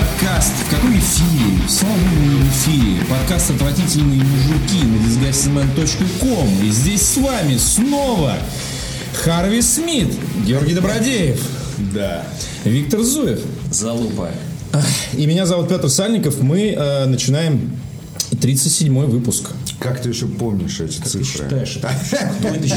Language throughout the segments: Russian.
В каком эфире, в славном эфире, подкаст «Отвратительные мужики» на disgustingman.com. И здесь с вами снова Харви Смит, Георгий Добродеев, Да. Виктор Зуев. Залупа. И меня зовут Петр Сальников. Мы э, начинаем 37-й выпуск. Как ты еще помнишь эти цифры?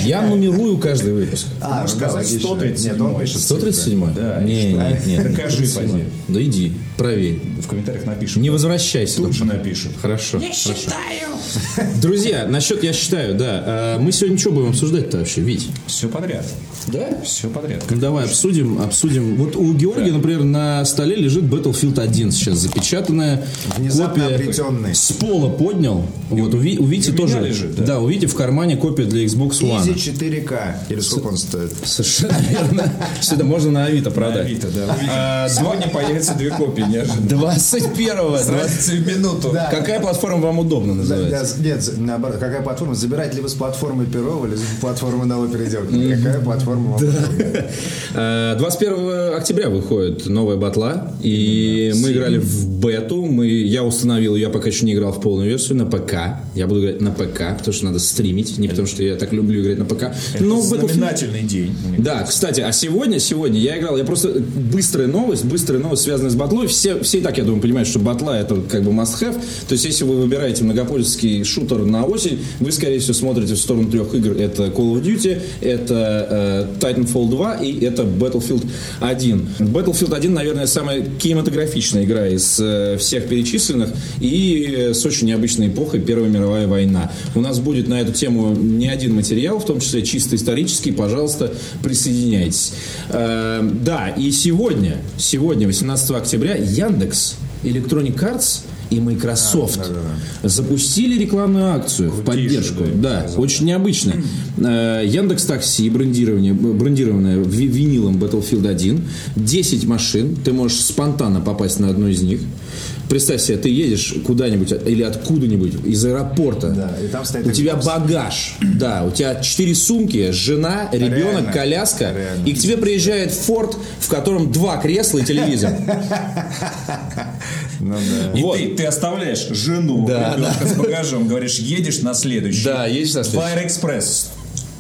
Я нумерую каждый выпуск. А, Можно да, сказать, логично. 137. Нет, он пишет цифры. 137-й? Да, Не, и что? нет, нет. Докажи, 137-й. поди. Да иди, проверь. В комментариях напишем. Не возвращайся. домой. Тут же напишут. Хорошо. Я считаю. Друзья, насчет я считаю, да. Э, Мы сегодня что будем обсуждать-то вообще, Вить? Все подряд. Да? Все подряд. Ну, Давай обсудим, обсудим. Вот у Георгия, например, на столе лежит Battlefield 1 сейчас запечатанная Внезапно копия. обретенный. С пола поднял. Вот у, Ви- у Вити у меня тоже лежит, да. да. у Вити в кармане копия для Xbox Изи One. 4К. Или сколько он стоит? Совершенно верно. Все это можно на Авито продать. Авито, да. Сегодня появится две копии, неожиданно. 21-го. Разница в минуту. Да. Какая платформа вам удобно называется? Да, Нет, наоборот, какая платформа? Забирать либо с платформы Перова, либо с платформы Новый Передел. Какая платформа? вам удобна? Э, 21 октября выходит новая батла, и мы играли в бету, мы, я установил, я пока еще не играл в полную версию, на ПК, я буду играть на ПК, потому что надо стримить, не потому что я так люблю играть на ПК, Ну, но в Battlefield- Знаменательный день. Да, кстати, а сегодня, сегодня я играл, я просто быстрая новость, быстрая новость, связанная с батлой. Все, все и так, я думаю, понимают, что батла это как бы must have. То есть, если вы выбираете многопольский шутер на осень, вы, скорее всего, смотрите в сторону трех игр. Это Call of Duty, это э, Titanfall 2 и это Battlefield 1. Battlefield 1, наверное, самая кинематографичная игра из э, всех перечисленных и э, с очень необычной эпохой Первая мировая война. У нас будет на эту тему не один материал, в том числе чисто исторический. Пожалуйста, присоединяйтесь. Э, да, и сегодня, сегодня, 18 октября, Яндекс, Electronic Arts и Microsoft запустили рекламную акцию в поддержку. Да, очень необычно. Э, Яндекс Такси брендирование, б- брендированное ви- винилом Battlefield 1. 10 машин. Ты можешь спонтанно попасть на одну из них. Представь себе, ты едешь куда-нибудь от- или откуда-нибудь из аэропорта. Да, и там стоит у тебя Xbox. багаж. Да, у тебя 4 сумки, жена, ребенок, Реально. коляска. Реально. И к тебе приезжает Форд, в котором два кресла и телевизор. Ну да. И Вот. ты, ты оставляешь жену Да, ребенка с багажом, говоришь, едешь на следующий. Да, едешь на следующий. Fire Express.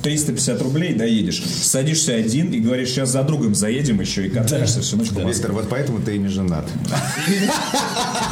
350 рублей доедешь. Садишься один и говоришь, сейчас за другом заедем еще и катаешься всю ночь по Москве. Виктор, вот поэтому ты и не женат. А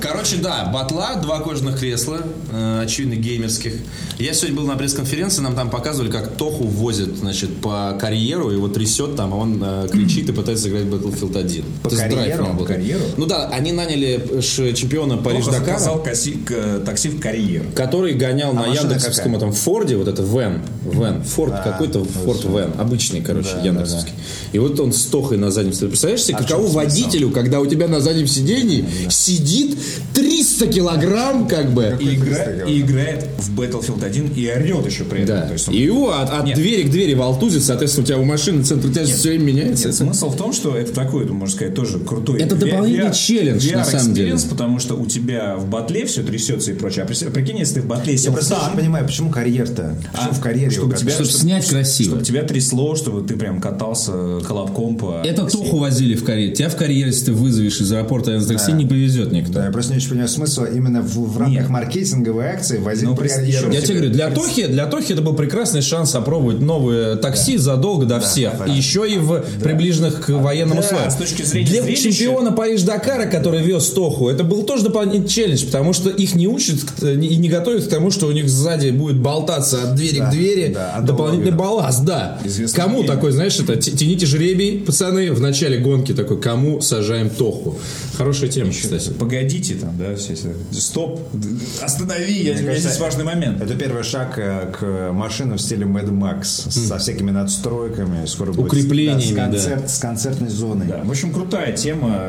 Короче, да, батла, два кожаных кресла, э, очевидно, геймерских. Я сегодня был на пресс-конференции, нам там показывали, как Тоху возят, значит, по карьеру, его трясет там, а он э, кричит и пытается играть в Battlefield 1. По карьеру? Карьеру? Ну да, они наняли э, ш- чемпиона париж Плохо заказал дакара коси- к- э, такси в карьер. который А гонял на машина яндексовском какая? этом Форде, вот это Вен, Вен, Форд Да, ну, какой-то, точно. Форд Вен, обычный, короче, яндексовский. И вот он с Тохой на заднем сиденье. Представляешь А себе, каково водителю, когда у тебя на заднем сиденье сидит 300 килограмм, как бы. И, игра- быстро и играет в Battlefield 1 и орет еще при этом. Да. То есть он- И его от, от Нет. двери к двери волтузит, соответственно, у тебя у машины центр тяжести все время меняется. Нет, смысл в том, что это такой, ну, можно сказать, тоже крутой. Это ви- дополнительный челлендж, на самом деле. experience, потому что у тебя в батле все трясется и прочее. А при- прикинь, если ты в батле Я сел просто сам, А, не понимаю, почему карьер-то? Почему в карьере? чтобы его тебя, Чтобы снять красиво. чтобы тебя трясло, чтобы ты прям катался колобком по... Это Тоху возили в карьер. Тебя в карьере, если ты вызовешь из аэропорта из такси, не повезет никто. Да, я просто не очень понимаю смысла именно в, в рамках Нет. маркетинговой акции возить Ну, карьеру. еще раз. Я тебе говорю, для Тохи, для Тохи это был прекрасный шанс опробовать новые такси задолго до всех. да. и еще и в приближенных к военному Да, славе. с точки зрения Для зрелища. чемпиона Париж-Дакара, который вез Тоху, это был тоже дополнительный челлендж, потому что их не учат к- и не готовят к тому, что у них сзади будет болтаться от двери к двери да, от дополнительный доллара. балласт, да. Известный кому фильм. такой, знаешь, это «Т- тяните жребий, пацаны, в начале гонки такой, кому сажаем Тоху. Хорошая тема, кстати. Погодите там, да, все, все. Стоп, д- д- останови, Мне я, у меня кажется, здесь важный момент. Это первый шаг э, к машине в стиле Mad Max со всякими надстройками, скоро будет- Укреплениями, да, с, да. концерт, с концертной зоной. Да, в общем, крутая тема.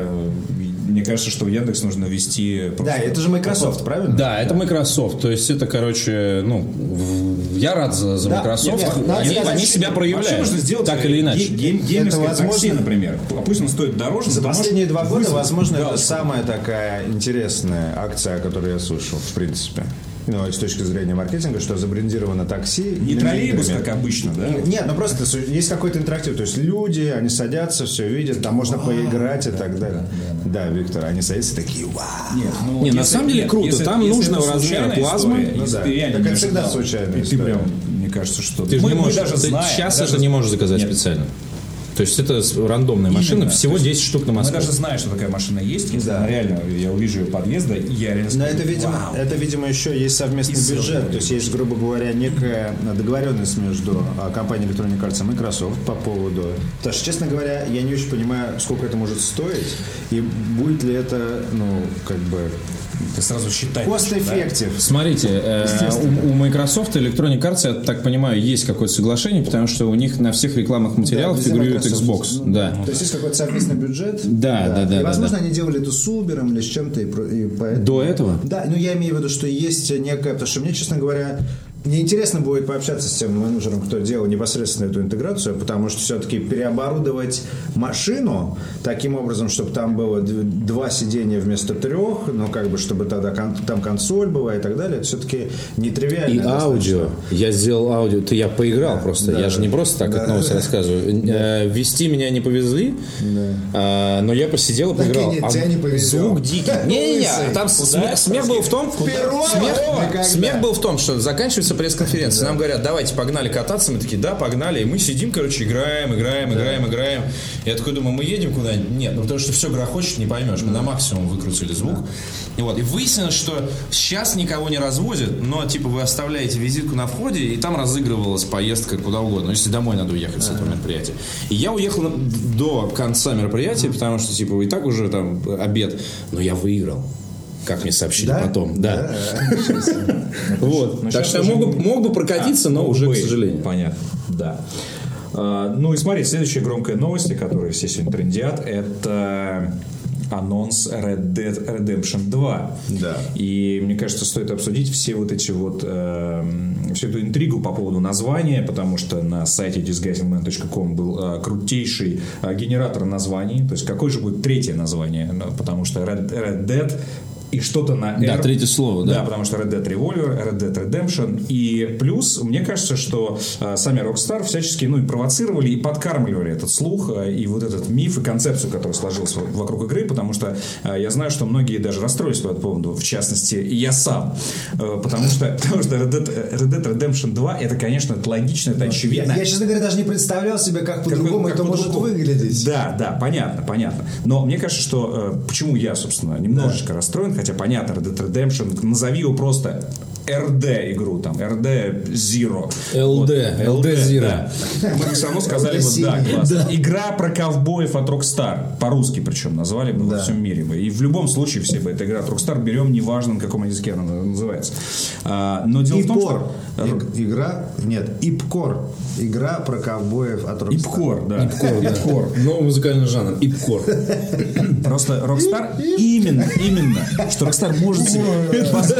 Мне кажется, что в Яндекс нужно ввести... Да, это же Microsoft, правильно? Да, это Microsoft. То есть это, короче, ну, в- я рад за, за Да, Microsoft. нет, нет, надо они, сказать, они что- себя Вообще проявляют. А можно сделать э, так или иначе. ге- ге- геймерское Это возможно. такси, например. А пусть он стоит дороже, За ты можешь последние два года, вызвать. возможно, Да, это самая такая интересная акция, о которой я слышал, в принципе. ну, и с точки зрения маркетинга, что забрендировано такси. Не Линзы, троллейбус, например. как обычно, да? Нет, ну просто су- есть какой-то интерактив. То есть люди, они садятся, все видят, там можно поиграть и так далее. Да, Виктор, они садятся такие, вау. Нет, ну, Не, на самом деле круто. Там нужного это размера случайная плазмы, история, ну если да. ты реально Так не это всегда ожидал, случайная и ты история. прям, мне кажется, что... Ты же мы, не мы можешь, даже ты знаем, сейчас даже это не можешь заказать Нет. специально. То есть это с- рандомная машина, Именно. всего То 10 штук на Мы Москву. даже знаем, что такая машина есть. Если Да. она реально, я увижу ее подъезда, и я реально Но скажу, это, видимо, «Вау». это, видимо, еще есть совместный Из бюджет. зеркала. То есть есть, грубо говоря, некая договоренность между а, компанией Electronic Arts и Microsoft по поводу... Потому что, честно говоря, я не очень понимаю, сколько это может стоить, и будет ли это, ну, как бы... э, Ты сразу считай. Cost-effective. Смотрите, э, у, у Microsoft и Electronic Arts, я так понимаю, есть какое-то соглашение, потому что у них на всех рекламных материалах Да, везде фигурирует Microsoft. Xbox. Ну, да. То есть есть какой-то совместный бюджет. Да, да, да, И, да, возможно, да. они делали это с Uber или с чем-то. и про- и поэтому- До этого? Да, ну я имею в виду, что есть некая... Потому что мне, честно говоря, мне интересно будет пообщаться с тем менеджером, кто делал непосредственно эту интеграцию, потому что все-таки переоборудовать машину таким образом, чтобы там было д- два сидения вместо трех, ну как бы, чтобы тогда кон- там консоль была и так далее, это все-таки нетривиально. И достаточно. аудио. Я сделал аудио. Ты я поиграл просто. я же не просто так эту новость рассказываю. Э, Вести меня не повезли, а, но я посидел и Так и поиграл. нет, А тебя не повезло. Звук дикий. Не-не-не, Лысый. там смех, смех был в том... Перо? Смех, Никогда. смех был Был в том, что заканчивается пресс-конференция. Нам говорят, давайте, погнали кататься. Мы такие, да, погнали. И мы сидим, короче, играем, играем, играем, играем. Я такой думаю, мы едем куда-нибудь? Нет, ну потому что все грохочет, не поймешь. Мы на максимум выкрутили звук. И вот. И выяснилось, что сейчас никого не развозят, но типа вы оставляете визитку на входе, и там разыгрывалась поездка куда угодно. Если домой надо уехать с этого мероприятия. И я уехал на- до конца мероприятия, потому что типа и так уже там обед. Но я выиграл. Как мне сообщили Да? потом. Да. Вот. Ну, так щас что я уже мог, бы- не- мог бы прокатиться, А, но мог уже, бы. к сожалению. Понятно, да. А, Ну и смотри, следующая громкая новость, о которой все сегодня трендят, это анонс Red Dead Redemption 2. Да. И мне кажется, стоит обсудить все вот эти вот эм, всю эту интригу по поводу названия, потому что на сайте disguisingman.com был э, крутейший э, генератор названий. То есть какое же будет третье название? Ну, Потому что Red, Red Dead и что-то на Да, R. третье слово, да. Да, потому что Red Dead Revolver, Red Dead Redemption. И плюс, мне кажется, что э, сами Rockstar всячески ну, и провоцировали, и подкармливали этот слух, э, и вот этот миф, и концепцию, которая сложилась во- вокруг игры, потому что э, я знаю, что многие даже расстроились по этому поводу, в частности, и я сам. Э, Потому что, потому что Red Dead, э, Red Dead Redemption 2, это, конечно, это логично, это очевидно. Ну, Я, я, честно говоря, даже не представлял себе, как Какой- по-другому как это может по-другому. выглядеть. Да, да, понятно, понятно. Но мне кажется, что э, почему я, собственно, немножечко расстроен, хотя понятно, Red Dead Redemption, назови его просто РД игру, там, РД Zero. LD, LD Zero. да. Мы все равно сказали бы, да, классно. Игра про ковбоев от Rockstar. По-русски причем назвали бы во всем мире. бы. И в любом случае все бы эта игра от Rockstar берем, неважно, на каком языке она называется. А, но дело в том, Ипкор. что... Иг- Игра, нет, Ипкор. Игра про ковбоев от Rockstar. Ипкор, да. Ипкор. Новый музыкальный жанр. Ипкор. Просто Rockstar именно, именно, что Rockstar может себе, поз-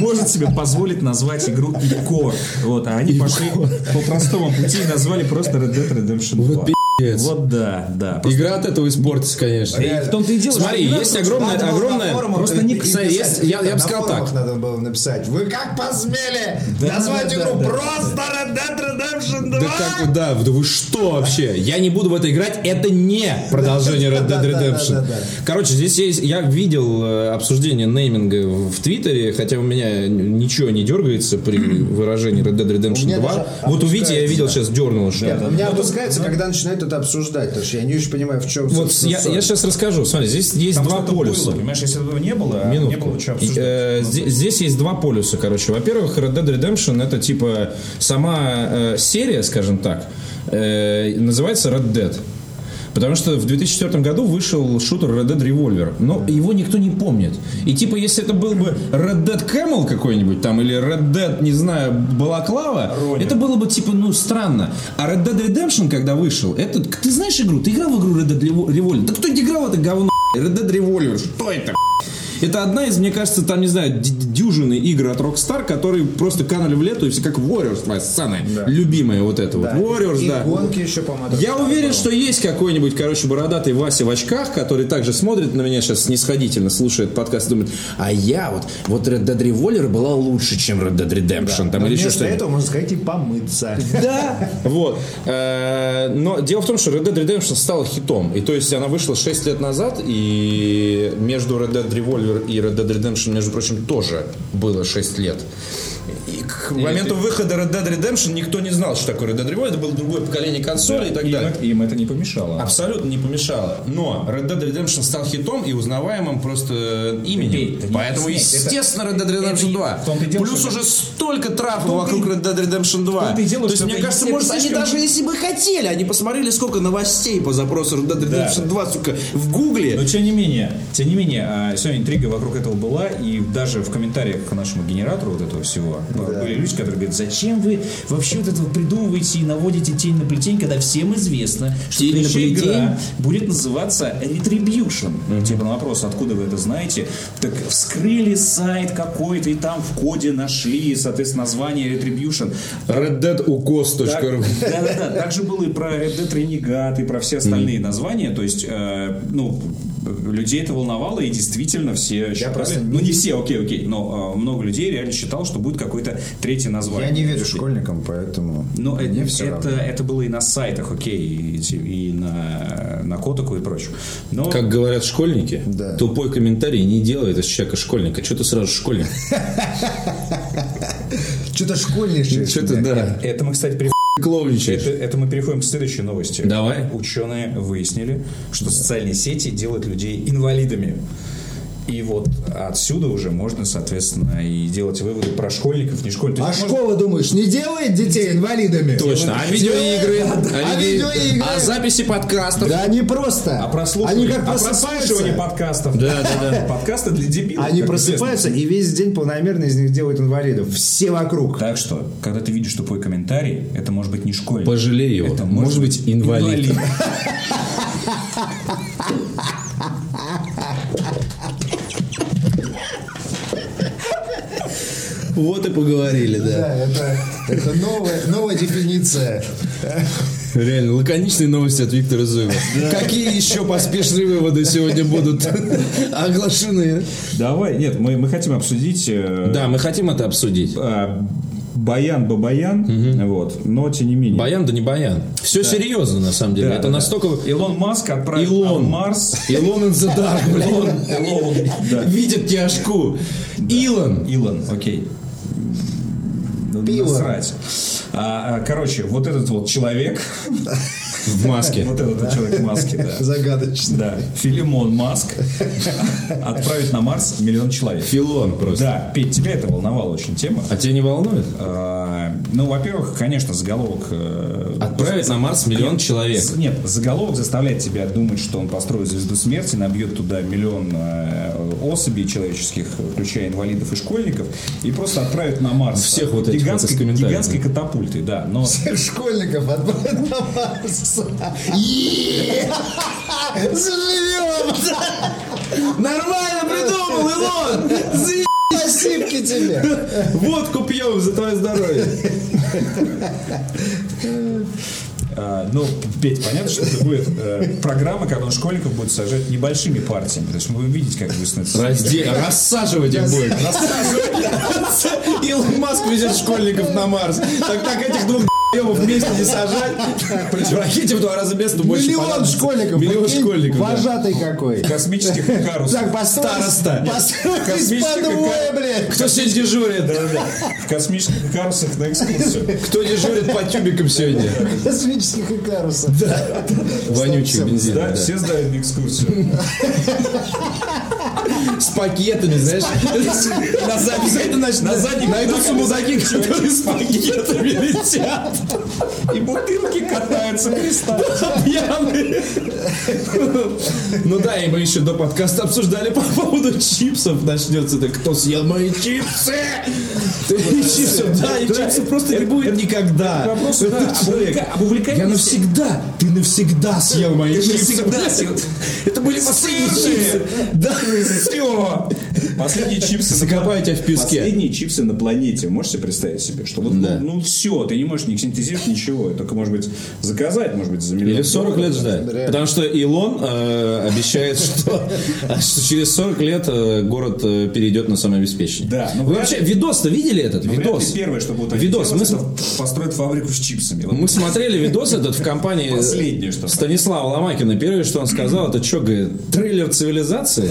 может себе позволить назвать игру Core. Вот, а они пошли по простому пути и назвали просто Red Dead Redemption 2. Вот, пи***ц. да, да. Просто- Игра от этого испортится, конечно. И в том-то и дело, Смотри, что игра есть просто- огромная, Надо было на огромная... форумах Просто и- не... и Кстати, писать. есть- Я я бы На сказал форумах так. надо было написать. Вы как посмели назвать да, игру да, просто Red Dead Redemption 2? Да как, да, да вы что вообще? Я не буду в это играть, это не продолжение Red Dead Да, да, Redemption. да, Короче, здесь есть, я видел э, обсуждение нейминга в в Твиттере, хотя у меня н- ничего не дергается при выражении Red Dead Redemption меня 2. даже Вот у Вити я видел сейчас дернуло Нет, что-то. у меня опускается, когда начинают это обсуждать, потому что я не очень понимаю, в чем Вот с- я, сейчас расскажу. Смотри, здесь есть Потому два что это полюса. было, понимаешь, если этого не было, не Минутку. было бы чего обсуждать. Э, здесь, здесь есть два полюса, короче. Во-первых, Red Dead Redemption это типа сама э, серия, скажем так, э, называется Red Dead. Потому что в 2004 году вышел шутер Red Dead Revolver, но его никто не помнит. И типа, если это был бы Red Dead Camel какой-нибудь там, или Red Dead, не знаю, Балаклава, это было бы типа, ну, странно. А Red Dead Redemption, когда вышел, это... Ты знаешь игру? Ты играл в игру Red Dead Revolver? Да кто не играл в это говно? Red Dead Revolver, что это, это одна из, мне кажется, там, не знаю, д- дюжины игр от Rockstar, которые просто канули в лету, и все как Warriors, твоя самая Да. любимая вот эта Да. вот. Warriors, и да. гонки еще, по-моему. Я тоже уверен, было. что есть какой-нибудь, короче, бородатый Вася в очках, который также смотрит на меня сейчас снисходительно, слушает подкаст и думает, а я вот, вот Red Dead Revolver была лучше, чем Red Dead Redemption, там Но или еще вместо что-нибудь. этого можно сказать и помыться. Да, вот. Э, Но дело в том, что Red Dead Redemption стала хитом. И то есть она вышла 6 лет назад, и между Red Dead Revolver и Red Dead Redemption, между прочим, тоже было 6 лет. И к моменту выхода Red Dead Redemption никто не знал, что такое Red Dead Revolver. Это было другое поколение консолей и так далее. Им, им это не помешало. Абсолютно не помешало. Но Red Dead Redemption стал хитом и узнаваемым просто именем. Пей, да не Поэтому, объясняй, это- естественно, Red Dead Redemption 2. в том-то и дело, Плюс что- уже столько трафа вокруг Red Dead Redemption 2. том-то и дело, То есть, что мне это кажется, не- может, они слишком- даже если бы хотели, они посмотрели, сколько новостей по запросу Red Dead Redemption 2, сука, в Гугле. Но тем не менее, тем не менее, а, сегодня интрига вокруг этого была, и даже в комментариях к нашему генератору вот этого всего а, были люди, которые говорят, зачем вы вообще вот это вот придумываете и наводите тень на плетень, когда всем известно, что Тень на следующая плетень? игра будет называться Retribution. Типа на вопрос, откуда вы это знаете, так вскрыли сайт какой-то, и там в коде нашли, соответственно, название Retribution. Red Dead Так- Да-да-да, так же было и про Red Dead Renegade, и про все остальные названия, то есть, э, ну, людей это волновало, и действительно все считали, просто ну не все, окей, окей, но э, много людей реально считал, что будет какое-то третье название. Я не верю школьникам, поэтому Но э, мне это, все это, было и на сайтах, окей, и, эти- и на, на Котаку и прочем. Но Как говорят школьники, Да. тупой комментарий не делает из человека школьника. Что ты сразу школьник? Что-то школьнейшее. Что ты, да, это мы, кстати, при... клоуничаешь? это, это мы переходим к следующей новости. Давай. Ученые выяснили, что социальные сети делают людей инвалидами. И вот отсюда уже можно, соответственно, и делать выводы про школьников, не школьников. То А есть можно- школа, думаешь, не делает детей инвалидами? Точно. А видеоигры? А видеоигры? А записи подкастов? Да не просто. А прослушивание, Они как а прослушивание просыпаются. подкастов. Да, да, да. Подкасты для дебилов. Они как известно. просыпаются и весь день планомерно из них делают инвалидов. Все вокруг. Так что, когда ты видишь тупой комментарий, это может быть не школьник. Пожалей его. Это Может быть, инвалид. Вот и поговорили, Да, это, это новая, новая дефиниция. Реально, лаконичные новости от Виктора Зуева. Какие еще поспешные выводы сегодня будут оглашены? Давай, нет, мы, мы хотим обсудить... э, Да, мы хотим это обсудить. а, Баян Бабаян, вот, но тем не менее. Баян да не баян. Все серьезно, на самом деле. Да, это да, да. настолько... Илон Маск отправил Илон. на Марс. Илон in the dark, блядь. Видит тяжку. Илон. Илон, окей. Ну, Пилон. насрать. А, а, короче, вот этот вот человек, В маске. вот этот вот человек в маске, да. Загадочно. Да, Филимон Маск отправит на Марс миллион человек. Филон просто. Да, Петь, тебя это волновала очень тема. А тебя не волнует? А, Ну, во-первых, конечно, заголовок... э, Отправить на Марс миллион человек. С- Нет, заголовок заставляет тебя думать, что он построит звезду смерти, набьет туда миллион э, особей человеческих, включая инвалидов и школьников, и просто отправит на Марс. Всех вот этих гигантской, вот из комментариев. гигантской катапультой, да. Но Всех школьников отправят на Марс. Е! Заживем! Нормально придумал, Илон! Спасибо тебе! Водку пьем за твое здоровье. А, Ну, Петь, понятно, что это будет э, программа, когда он школьников будет сажать небольшими партиями. То есть мы будем видеть, как будет становиться. Рассаживать их будет. Илон Маск везет школьников на Марс. Так так этих двух ебов вместе не сажать. В ракете в два раза места больше Миллион понадобится. школьников! Миллион прикинь, школьников, да. Вожатый какой! Космических карусов. Так, постой, Староста. постой, Космическая подвое, блядь! Кто сегодня дежурит? В космических карусах на экскурсию. Кто дежурит по тюбикам сегодня? Космических Икарусов. Да. Вонючий бензин. Да, да. все сдают на экскурсию. С пакетами, знаешь. На заднем- на заднем найдутся мудаки, которые с пакетами летят. И бутылки катаются, представь. Пьяные. Ну да, и мы еще до подкаста обсуждали по поводу чипсов. Начнется это, кто съел мои чипсы? Ты и чипсы, да, и чипсы просто не будет никогда. Вопрос, да, об увлека- об увлекательности. Я навсегда, ты навсегда съел мои Ты чипсы. навсегда съел. Это были последние чипсы. Да. Все. Последние чипсы. на Закопаю тебя в песке. Последние чипсы на планете. Можете представить себе, что вот, Да. ну, все, ты не можешь не синтезировать ничего. Только, может быть, заказать, может быть, за миллион. Или 40 лет долларов. ждать. Потому что Илон э, обещает, что, что через 40 лет э, город э, перейдет на самообеспечение. Да, ну, Вы вряд- Ну, вообще видос-то видели этот? Вряд ли Видос. Первое, что будут они Видос. делать, Мы, это построят фабрику с чипсами. Вот типа, мы смотрели видос этот в компании Последнее, что- Станислава Ломакина. Первое, что он сказал, это что, говорит, трейлер цивилизации?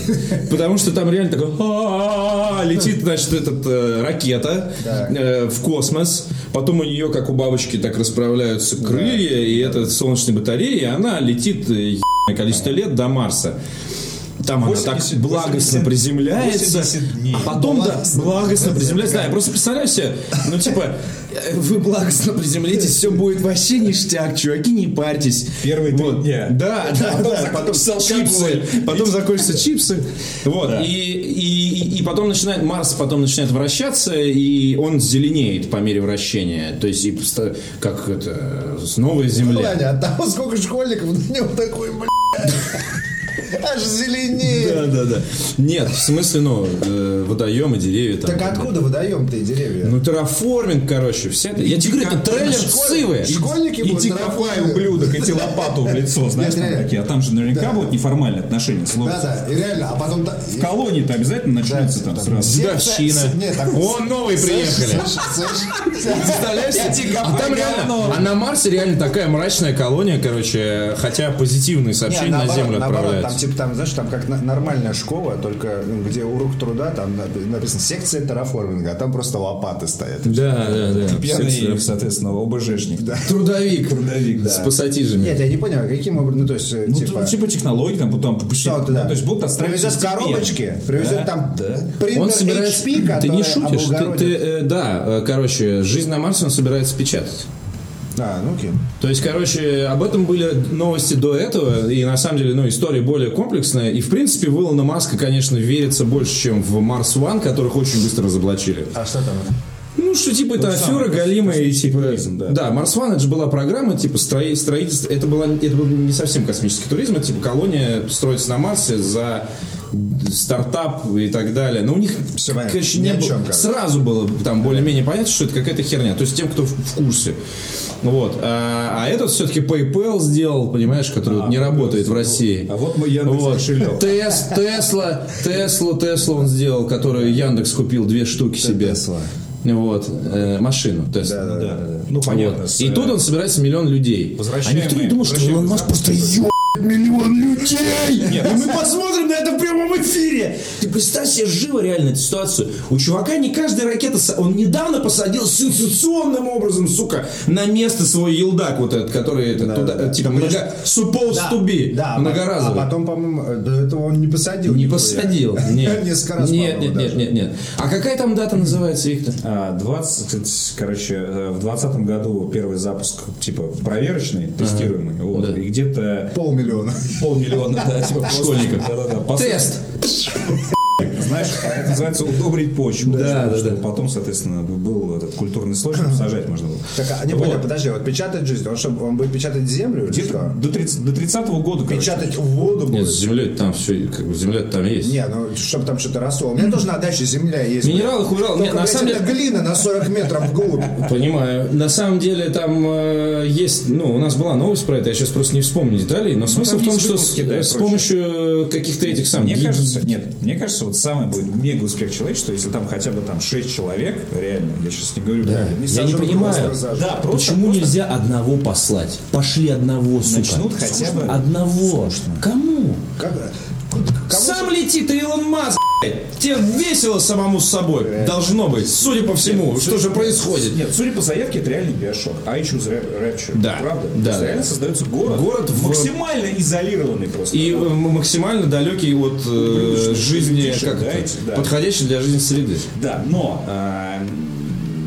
Потому что там реально такой «А-а-а», летит, значит, этот э, ракета э, в космос. Потом у нее, как у бабочки, так расправляются крылья, и это солнечная батарея, и она летит э, ебаное количество лет до Марса. Там она так 80, благостно приземляется, 80 дней. а потом, да, благостно приземляется. Да, я просто представляю себе, ну, типа, э, вы благостно приземлитесь, все будет вообще ништяк, чуваки, не парьтесь. Первые три дня. Да, да, да. Потом закончится чипсы. Потом закончатся чипсы. Вот. И, и, и- и потом начинает, Марс потом начинает вращаться, и он зеленеет по мере вращения. То есть, и ста- как это, с новой Земля. Ваня, от того, А сколько школьников на нем такой, блядь. Аж зеленеет. да, да. Нет, в смысле, ну, э, водоемы, деревья там. типа. Так откуда выдаем ты деревья? Ну, терраформинг, короче, вся это. Я тебе говорю, это трейлер школе- сывы. Школьники будут Иди нормально. копай, ублюдок, эти лопату в лицо, знаешь, Нет, там реально. такие. А там же наверняка будут неформальные отношения сложатся. Да-да, и реально, а потом... та- В колонии-то обязательно начнется там сразу. Дедовщина. Нет, так- О, новые приехали. Слышь, слышь, слышь. Представляешь? себе? А там реально, а на Марсе реально такая мрачная колония, короче, хотя позитивные сообщения на наоборот, Землю наоборот, там отправляются. типа там, знаешь, там как на- нормальная школа, только ну, где урок труда, там на- написано секция терраформинга, а там просто лопаты стоят. Да, да, да. Пьяный, Секс- соответственно, ОБЖшник. Да. Трудовик. Трудовик, да. С пассатижами. Нет, я не понял, каким образом, ну то есть, э, Ну, типа... типа, типа технологии, там, там, что ну, ты, да. то есть будут отстраивать привезет постепенно. коробочки, привезет Да, там да. принтер Он собирается... HP, ты не который шутишь. Ты, облагородит. ты, э, да, э, короче, жизнь на Марсе он собирается печатать. А, ну окей. То есть, короче, об этом были новости до этого, и на самом деле, ну, история более комплексная. И, в принципе, в Илона Маска, конечно, верится больше, чем в Марс Ван, которых очень быстро разоблачили. А что там? Ну, что, типа, это афера голимая, и, типа... Да, Марс Ван, это же была программа, типа, строи- строительство... Это, была, это был не совсем космический туризм, это, типа, колония строится на Марсе за стартап и так далее. Но у них, Всё понятно. конечно, Ни не о было- чём, короче. сразу было там более-менее понятно, что это какая-то херня. То есть тем, кто в, в курсе. Вот. А, а этот все-таки PayPal сделал, понимаешь, который А, вот не работает в ну, России. А вот мой Яндекс Вот. кошелек. Тес- Тесла, Тесла, Тесла он сделал, которую Яндекс купил две штуки себе. Тесла. Вот, э, машину Тесла. Да. Ну, понятно. Вот. с, И э, тут он собирается миллион людей. А возвращаемые- никто не думал, что возвращаемые Илон Маск просто ебет миллион людей. И мы посмотрим на это в прямом эфире. Ты представь себе живо реально эту ситуацию. У чувака не каждая ракета... со- Он недавно посадил сенсационным образом, сука, на место свой елдак вот этот, который это, туда, э, типа, много... Supposed to be. Да, многоразовый. А потом, по-моему, э, до этого он не посадил. Не нихуя. посадил. Нет. Несколько раз, нет, по-моему, нет, нет, даже. нет, нет. А какая там дата называется, Виктор? А, 20, кстати, короче, э, в 2020 году первый запуск, типа, проверочный, тестируемый, вот, и где-то Полмиллиона. полмиллиона, да, типа, просто- Школьников. Да-да-да, пос- Тест. Знаешь, а это называется удобрить почву. Да, да, чтобы да. Потом, соответственно, был этот культурный слой, чтобы сажать можно было. Так, а, не Вот. понял, подожди, вот печатать жизнь, он, что, он будет печатать землю или Где-то что? до 30 до 30-го года, короче. Печатать воду Нет, будет? с землей там все, как бы земля там есть. Не, ну, чтобы там что-то росло. У меня тоже на даче земля есть. Минералы, хурал, нет, Только, на блядь, самом это деле... глина на 40 метров вглубь. Понимаю. На самом деле там э, есть, ну, у нас была новость про это, я сейчас просто не вспомню деталей, но смысл там в том, есть что с, э, выпуски, да, и с прочее. помощью э, каких-то этих самых... Мне ги- кажется, нет, мне кажется, вот самый будет мега успех человечества, если там хотя бы там 6 человек, реально, я сейчас не говорю, да, Я не понимаю, Да, просто почему нельзя одного послать? Послать. Пошли одного, сука. начнут хотя бы Одного. Кому? Как, э, Сам лети, ты Илон Маск, блядь. Тебе весело самому с собой. Должно быть, судя по всему. Что же происходит? Нет, судя по заявке, это реально биошок. А еще рэпчер. Да. Правда? Да, То есть да. реально создается город. Город в- максимально изолированный просто. И э, м- максимально далекий от э, Блюдечный, жизни, блюдечный, как да, это, эти, да. подходящей для жизни среды. Да, но э,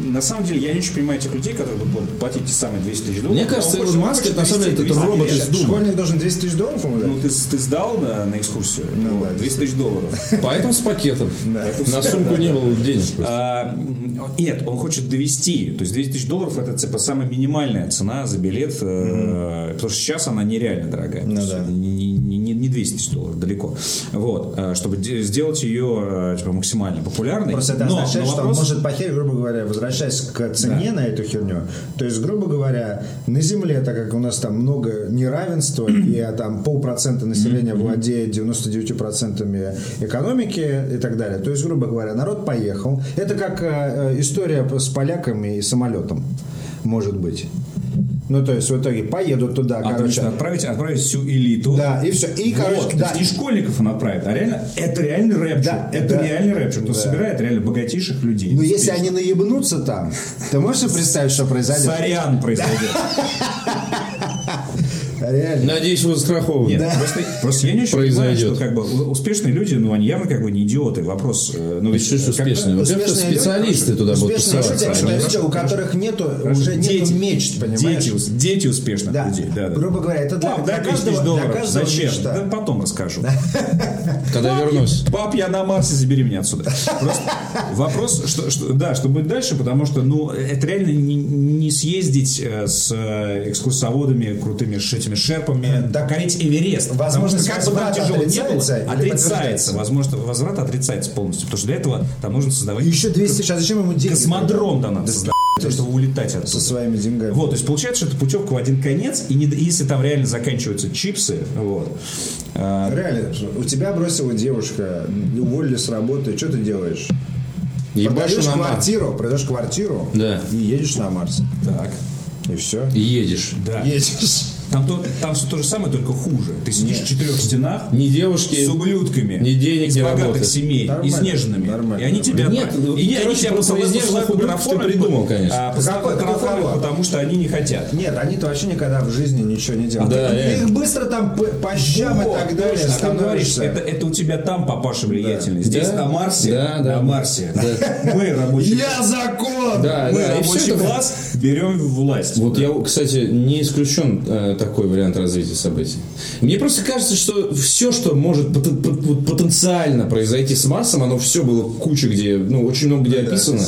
на самом деле я не очень понимаю тех людей, которые будут платить те самые 200 тысяч долларов. Мне кажется, Он Илон хочет- Маск хочет это на самом деле 200 этот робот тысяч. из Дума. Школьник должен 200 тысяч долларов ему дать? Ну, ты, ты сдал на, на экскурсию? Ну, Вот, да, 200 тысяч долларов. Поэтому с пакетом. На сумку не было денег. просто. А, м, нет, он хочет довести. То есть 200 тысяч долларов это типа самая минимальная цена за билет, э, потому что сейчас она нереально дорогая. То есть Ну да. это Не, не- не- не 200 тысяч долларов, далеко. Вот, э, чтобы де- сделать ее э, типа, максимально популярной. Просто это Но- но означает, что он вопрос- может похерить, грубо говоря, возвращаясь к цене на эту херню. То есть, грубо говоря, на Земле, так как у нас там много неравенства, и а, там полпроцента населения владеет 99% экономики и так далее. То есть, грубо говоря, народ поехал. Это как э, э, история с поляками и самолетом, может быть. Ну, то есть, в итоге поедут туда, короче. Отлично, а, отправить, отправить всю элиту. Да, и все. И, короче, Вот, то да, есть не школьников он отправит, а реально, это реально рэпчик. Да, это да. реально рэпчик. Кто собирает реально богатейших людей. но Ну, если они наебнутся там, ты можешь себе представить, что произойдет? Сорян произойдет. Реально. Надеюсь, вы застрахованы. Нет, просто, просто я не очень Произойдет. понимаю, что как бы у- успешные люди, ну они явно как бы не идиоты. Вопрос, э, ну ведь Что ж когда- успешные? Вот это Успешные люди, специалисты туда будут Успешные люди, посылаться. это Они- люди, у которых нету, уже Дети. нету мечт, понимаешь? Дети, ус- дети успешных Да. людей. Да, да. Грубо говоря, это для, Пап, для дай 10 тысяч каждого, для долларов. каждого Зачем? мечта. Да потом расскажу. Когда вернусь. Пап, я на Марсе, забери меня отсюда. Просто вопрос, что, что- да, что будет дальше, потому что, ну, это реально не, не съездить э, с э, экскурсоводами, крутыми ш- этими шерпами, докорить Эверест. Э, Возможность Потому что как бы возврата там тяжело не отрицается или было, отрицается. подтверждается? Возможно, возврат отрицается полностью, потому что для этого там нужно создавать... Еще 200 сейчас зачем ему деньги? Космодром там надо создавать, чтобы улетать Со оттуда. своими деньгами. Вот, то есть получается, что это путевка в один конец, и не д- если там реально заканчиваются чипсы, вот, а, Реально, у тебя бросила девушка, уволили с работы, что ты делаешь? Ебашу продаешь на Марс. квартиру, продаешь квартиру Да. и едешь на Марс. так, И все. И едешь. да. Едешь. Там, то, там все то же самое, только хуже. Ты сидишь в четырех стенах Ни девушки, с ублюдками, ни денег, из ни богатых работы. семей, Нормально, изнеженными. нормально. и они тебя Нет, отправят. ну, и короче, они тебя про просто изнеженных посылают ублюдков ты графоном, придумал, конечно. а, посылают Какой- графоном, какого? потому что они не хотят. Нет, они-то вообще никогда в жизни ничего не делают. Да, Ты реально. их быстро там по, по щам Ну, и Вот, так далее точно, ты говоришь, становишься. это, это у тебя там папаша влиятельный. Здесь Да. на Марсе, Да, да. на Марсе. Мы рабочий Я закон! А, Да, Мы да, и всё рабочий это- класс берем власть. Вот я, кстати, не исключен э, такой вариант развития событий. Мне просто кажется, что все, что может потен- пот- вот потенциально произойти с Марсом, оно все было куча где, ну, очень много где описано.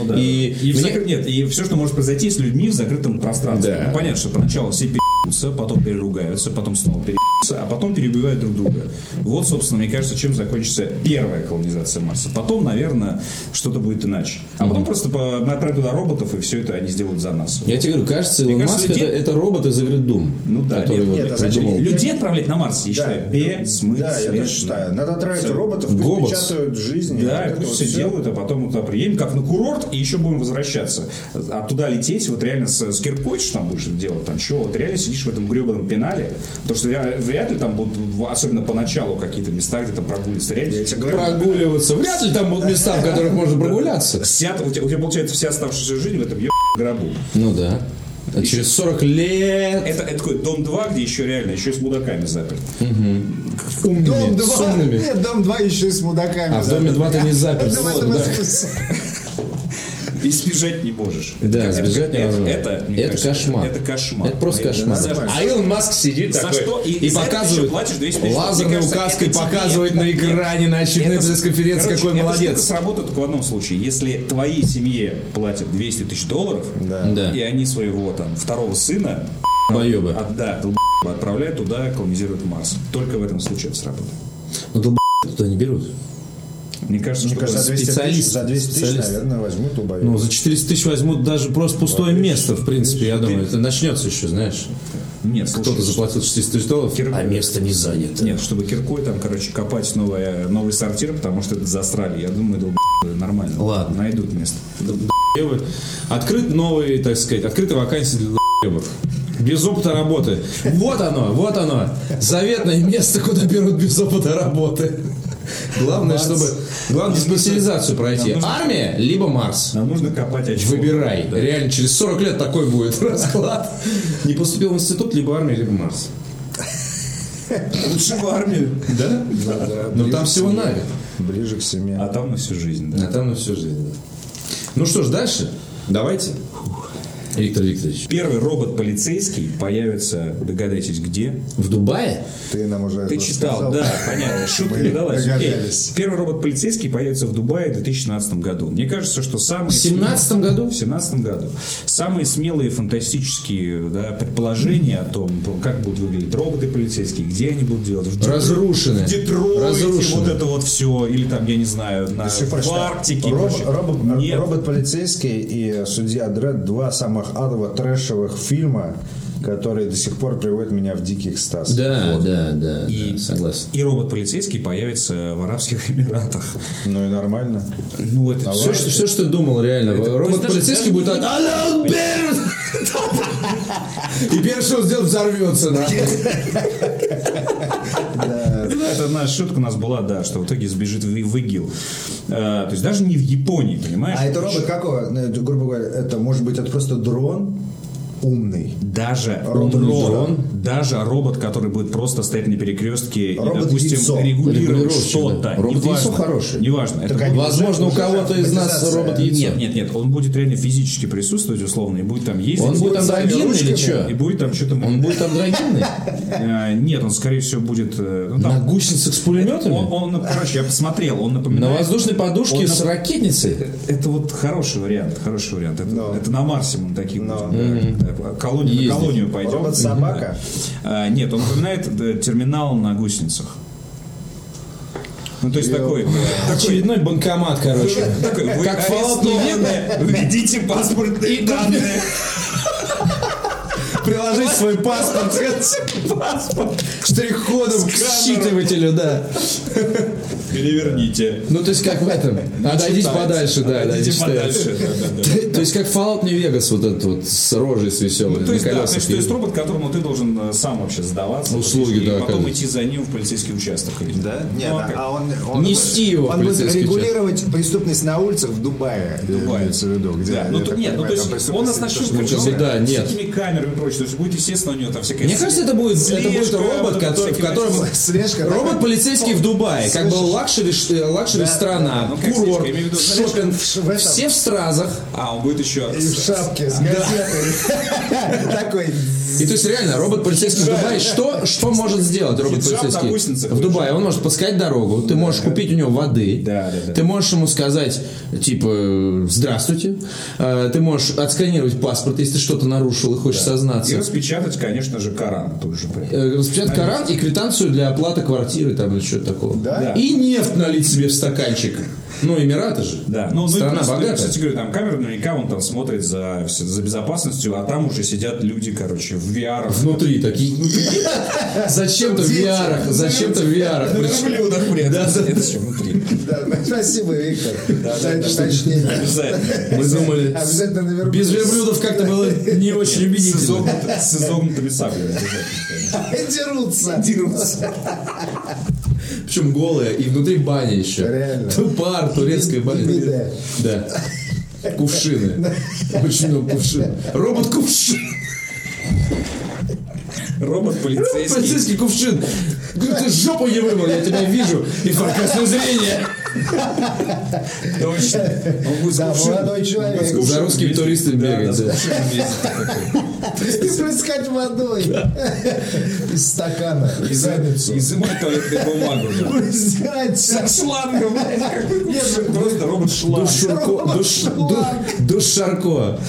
Ну да. И, И, в мне- закры- нет, и все, что может произойти с людьми в закрытом пространстве. Да. Ну, понятно, что поначалу все перебьются, потом переругаются, потом снова перебьются, а потом перебивают друг друга. Вот, собственно, мне кажется, чем закончится первая колонизация Марса. Потом, наверное, что-то будет иначе. А потом просто по- мы отправим туда роботов, и все это они сделают за нас. я тебе говорю, кажется, Илон кажется, Маск это, людей- это робот из игры Doom. Ну да, который нет, вот нет, а зачем? придумал. Людей отправлять на Марс, я Да, считаю, ну, Да, я бессмысленно. тоже считаю. Надо отправить Всё. роботов, пусть Гоботс. печатают жизнь. и Да, вот и это пусть вот все всё. делают, а потом туда приедем, как на курорт, и еще будем возвращаться. А туда лететь, вот реально с, с киркой что там будешь делать, там чего, вот реально сидишь в этом гребаном пенале, потому что я- вряд ли там будут, в- особенно поначалу, какие-то места, где там прогуливаются, реально Я тебе говорю, Прогуливаться. Вряд ли там будут места, в которых можно прогуляться. вся- у, тебя, у тебя, получается вся оставшаяся жизнь в этом ебаном гробу. Ну да. А через 40 лет Это, это такой дом 2, где еще реально, еще и с мудаками заперт. умными, Дом с 2. умными. Нет, дом 2 еще и с мудаками. А в доме 2 ты не запер. Да, в этом и смысл. И сбежать не можешь. Да, Это- сбежать это, невозможно. Это, мне Это кажется, кошмар. Это, кошмар. Это просто Я- кошмар. нормально. А Илон Маск сидит За такой что? И- и и за это показывает, еще платишь 200 тысяч. лазерной Мне кажется, указкой это тебе- показывает на экране на очередной пресс-конференции, Короче, какой это- Это молодец. сработает только в одном случае. Если твоей семье платят 200 тысяч долларов, Да. и они своего там второго сына Боёбы. от- да, долб***, отправляют туда, колонизируют Марс. Только в этом случае это сработает. Ну, долб***, туда не берут. Мне кажется, Мне что кажется, за 200 тысяч, специалист. за 200 тысяч, Специалист. наверное, возьмут убавят. Ну, за 400 тысяч возьмут даже просто пустое место, в принципе, я думаю. Это начнется еще, знаешь. нет, слушай, Кто-то заплатил 400 тысяч долларов, Кирилл. а место не занято. Нет, чтобы киркой там, короче, копать новое, новый сортир, потому что это застрали. Я думаю, долб***, нормально. Ладно. Найдут место. Долбоебы. Открыт новый, так сказать, открытая вакансия для долбоебов. без опыта работы. Вот оно, вот оно. Заветное место, куда берут без опыта работы. Главное, чтобы... Главное, специализацию пройти. Армия, либо Марс. Нам нужно копать очко. Выбирай. Реально, через 40 лет такой будет расклад. Не поступил в институт, либо армия, либо Марс. Лучше в армию. Да? Но там всего на год. Ближе к семье. А там на всю жизнь, да. А там на всю жизнь. да. Ну что ж, дальше? Давайте. Виктор Викторович. Первый робот-полицейский появится, догадайтесь, где? В Дубае? Ты нам уже Ты читал, рассказал. да, понятно. Шутка Мы не далась. Окей. догадались. Первый робот-полицейский появится в Дубае в 2017 году. Мне кажется, что самый... В 17 году? В 17 году. Самые смелые фантастические да, предположения о том, как будут выглядеть роботы-полицейские, где они будут делать. В Дубае, Разрушены. В Детройте, Разрушены. вот это вот все. Или там, я не знаю, на, Шифраж, в да. Арктике. и Роб- прочее. А, робот- Нет. Робот-полицейский и Судья Дред два самых адово трэшевых фильма, которые до сих пор приводят меня в дикий экстаз. Да, да, да, И- да, согласен. И робот-полицейский появится в Арабских Эмиратах. Ну и нормально. Ну, это А Все, что, всё, что ты думал, реально. Робот-полицейский будет... так, «Алло, Берн!» И первое, что он сделает, взорвется. да. Это наша шутка у нас была, да, что в итоге сбежит в, в ИГИЛ. Э, то есть даже не в Японии, понимаешь? А это робот какого? Ну, это, грубо говоря, это может быть это просто дрон умный. Даже Робот. робот, даже робот, который будет просто стоять на перекрестке Робот и, допустим, яйцо. регулировать Регулировщик, что-то. да. Робот Неважно. яйцо хороший. Неважно. Это Так будет- они Возможно, у уже- кого-то из нас автоматизация. робот яйцо. Нет, нет, нет, он будет реально физически присутствовать, условно, и будет там ездить. Он будет с этими андроидным или ручками, чё? И будет там что-то... Он будет андроидный? Э, Нет, он, скорее всего, будет... э, ну, На там- гусеницах с Он, пулеметами? он, ну, короче, я посмотрел, он На напоминает... воздушной подушке Он с на- ракетницей? Это вот хороший вариант, хороший вариант. Это, это на Марсе мы такие будем. да. Да, колония- Ездить. на колонию пойдем. Робот-собака? Да. А, нет, он напоминает да, терминал на гусеницах. Ну, то есть такой, такой, Очередной банкомат, короче. такой, вы Как Fallout New арестованы, введите паспортные данные. Приложить свой паспорт. Паспорт. Штрих-кодом к считывателю, да. Переверните. Ну, то есть, как в этом. Отойдись подальше, да. Идите отойдись подальше. да, да, да. То есть, как Fallout New Vegas, вот этот вот с рожей с веселой, Ну, То на есть, да, то колесах. есть, то есть едет. робот, которому ты должен э, сам вообще сдаваться. Услуги, и да, потом оказывается. идти за ним в полицейский участок. или- Да? Нет, Ну, а а как? а он, он Нести его в Он будет полицейский участок. регулировать преступность на улицах в Дубае. э, Дубае. имеется в виду, где- Да, ну я то, так нет, понимаю, ну то там есть он преступность нас нашел не то, что Ну, короче, да, с нет. всякими камерами и прочее, то есть будет, естественно, у него там всякая... Мне кажется, это будет, это будет Слежка, робот, вот который, в всякие котором... эти- Слежка, да. Робот полицейский в Дубае. Как бы Слышишь? лакшери, ш- э, лакшери страна, ну, как курорт, слишком, я имею в виду, знаешь, шопинг. в- в этом- Все в стразах. А, он будет еще... И в шапке с газетой. Такой. И то есть реально, робот полицейский в Дубае, что, что может сделать робот Хиджаб на гусеницах полицейский? В Дубае он может подсказать дорогу, ты можешь купить у него воды, Да, да, да. ты можешь ему сказать, типа, здравствуйте, Э, ты можешь отсканировать паспорт, если ты что-то нарушил и хочешь И сознаться. распечатать, конечно же, Коран тут же. прям. Э, распечатать Коран и квитанцию для оплаты квартиры там или что-то такого. Да? И нефть налить себе в стаканчик. Ну, Эмираты же. Да, ну, ну, и Страна плюс, ну, богатая. Кстати, говорю, там камера наверняка он там смотрит за, вс- за безопасностью, а там уже сидят люди, короче, в VR. -ах. Внутри такие. Зачем-то в VR, зачем-то в VR. Ну, Причем- верблюдах при этом Да, да. сидят еще внутри. Да, ну, Спасибо, Виктор. За это точнее. Обязательно. Мы думали, Обязательно наверху. без верблюдов как-то было не очень С убедительно. изогнут- с изогнутыми саблями. обязательно. Дерутся. Причем голая и внутри баня еще. Реально. Ту- Пар, турецкая баня. Биде. Да. Кувшины. Очень много кувшин. Робот-кувшин. Робот-полицейский. Полицейский кувшин. Говорю, Ты жопу не вымыл, я тебя вижу. И прекрасное зрение. Точно. Он будет с Да, кувшином. молодой человек. Он будет с кувшином За русскими вместе. туристами Да, бегать, да, да. с кувшином вместе. И плескать водой. Из стакана. И В за- задницу. и изымать туалетную бумагу. да. Раздирать Со шлангом. блядь, какой кувшин. Просто робот-шланг. Душурко. Душ, ду- душарко.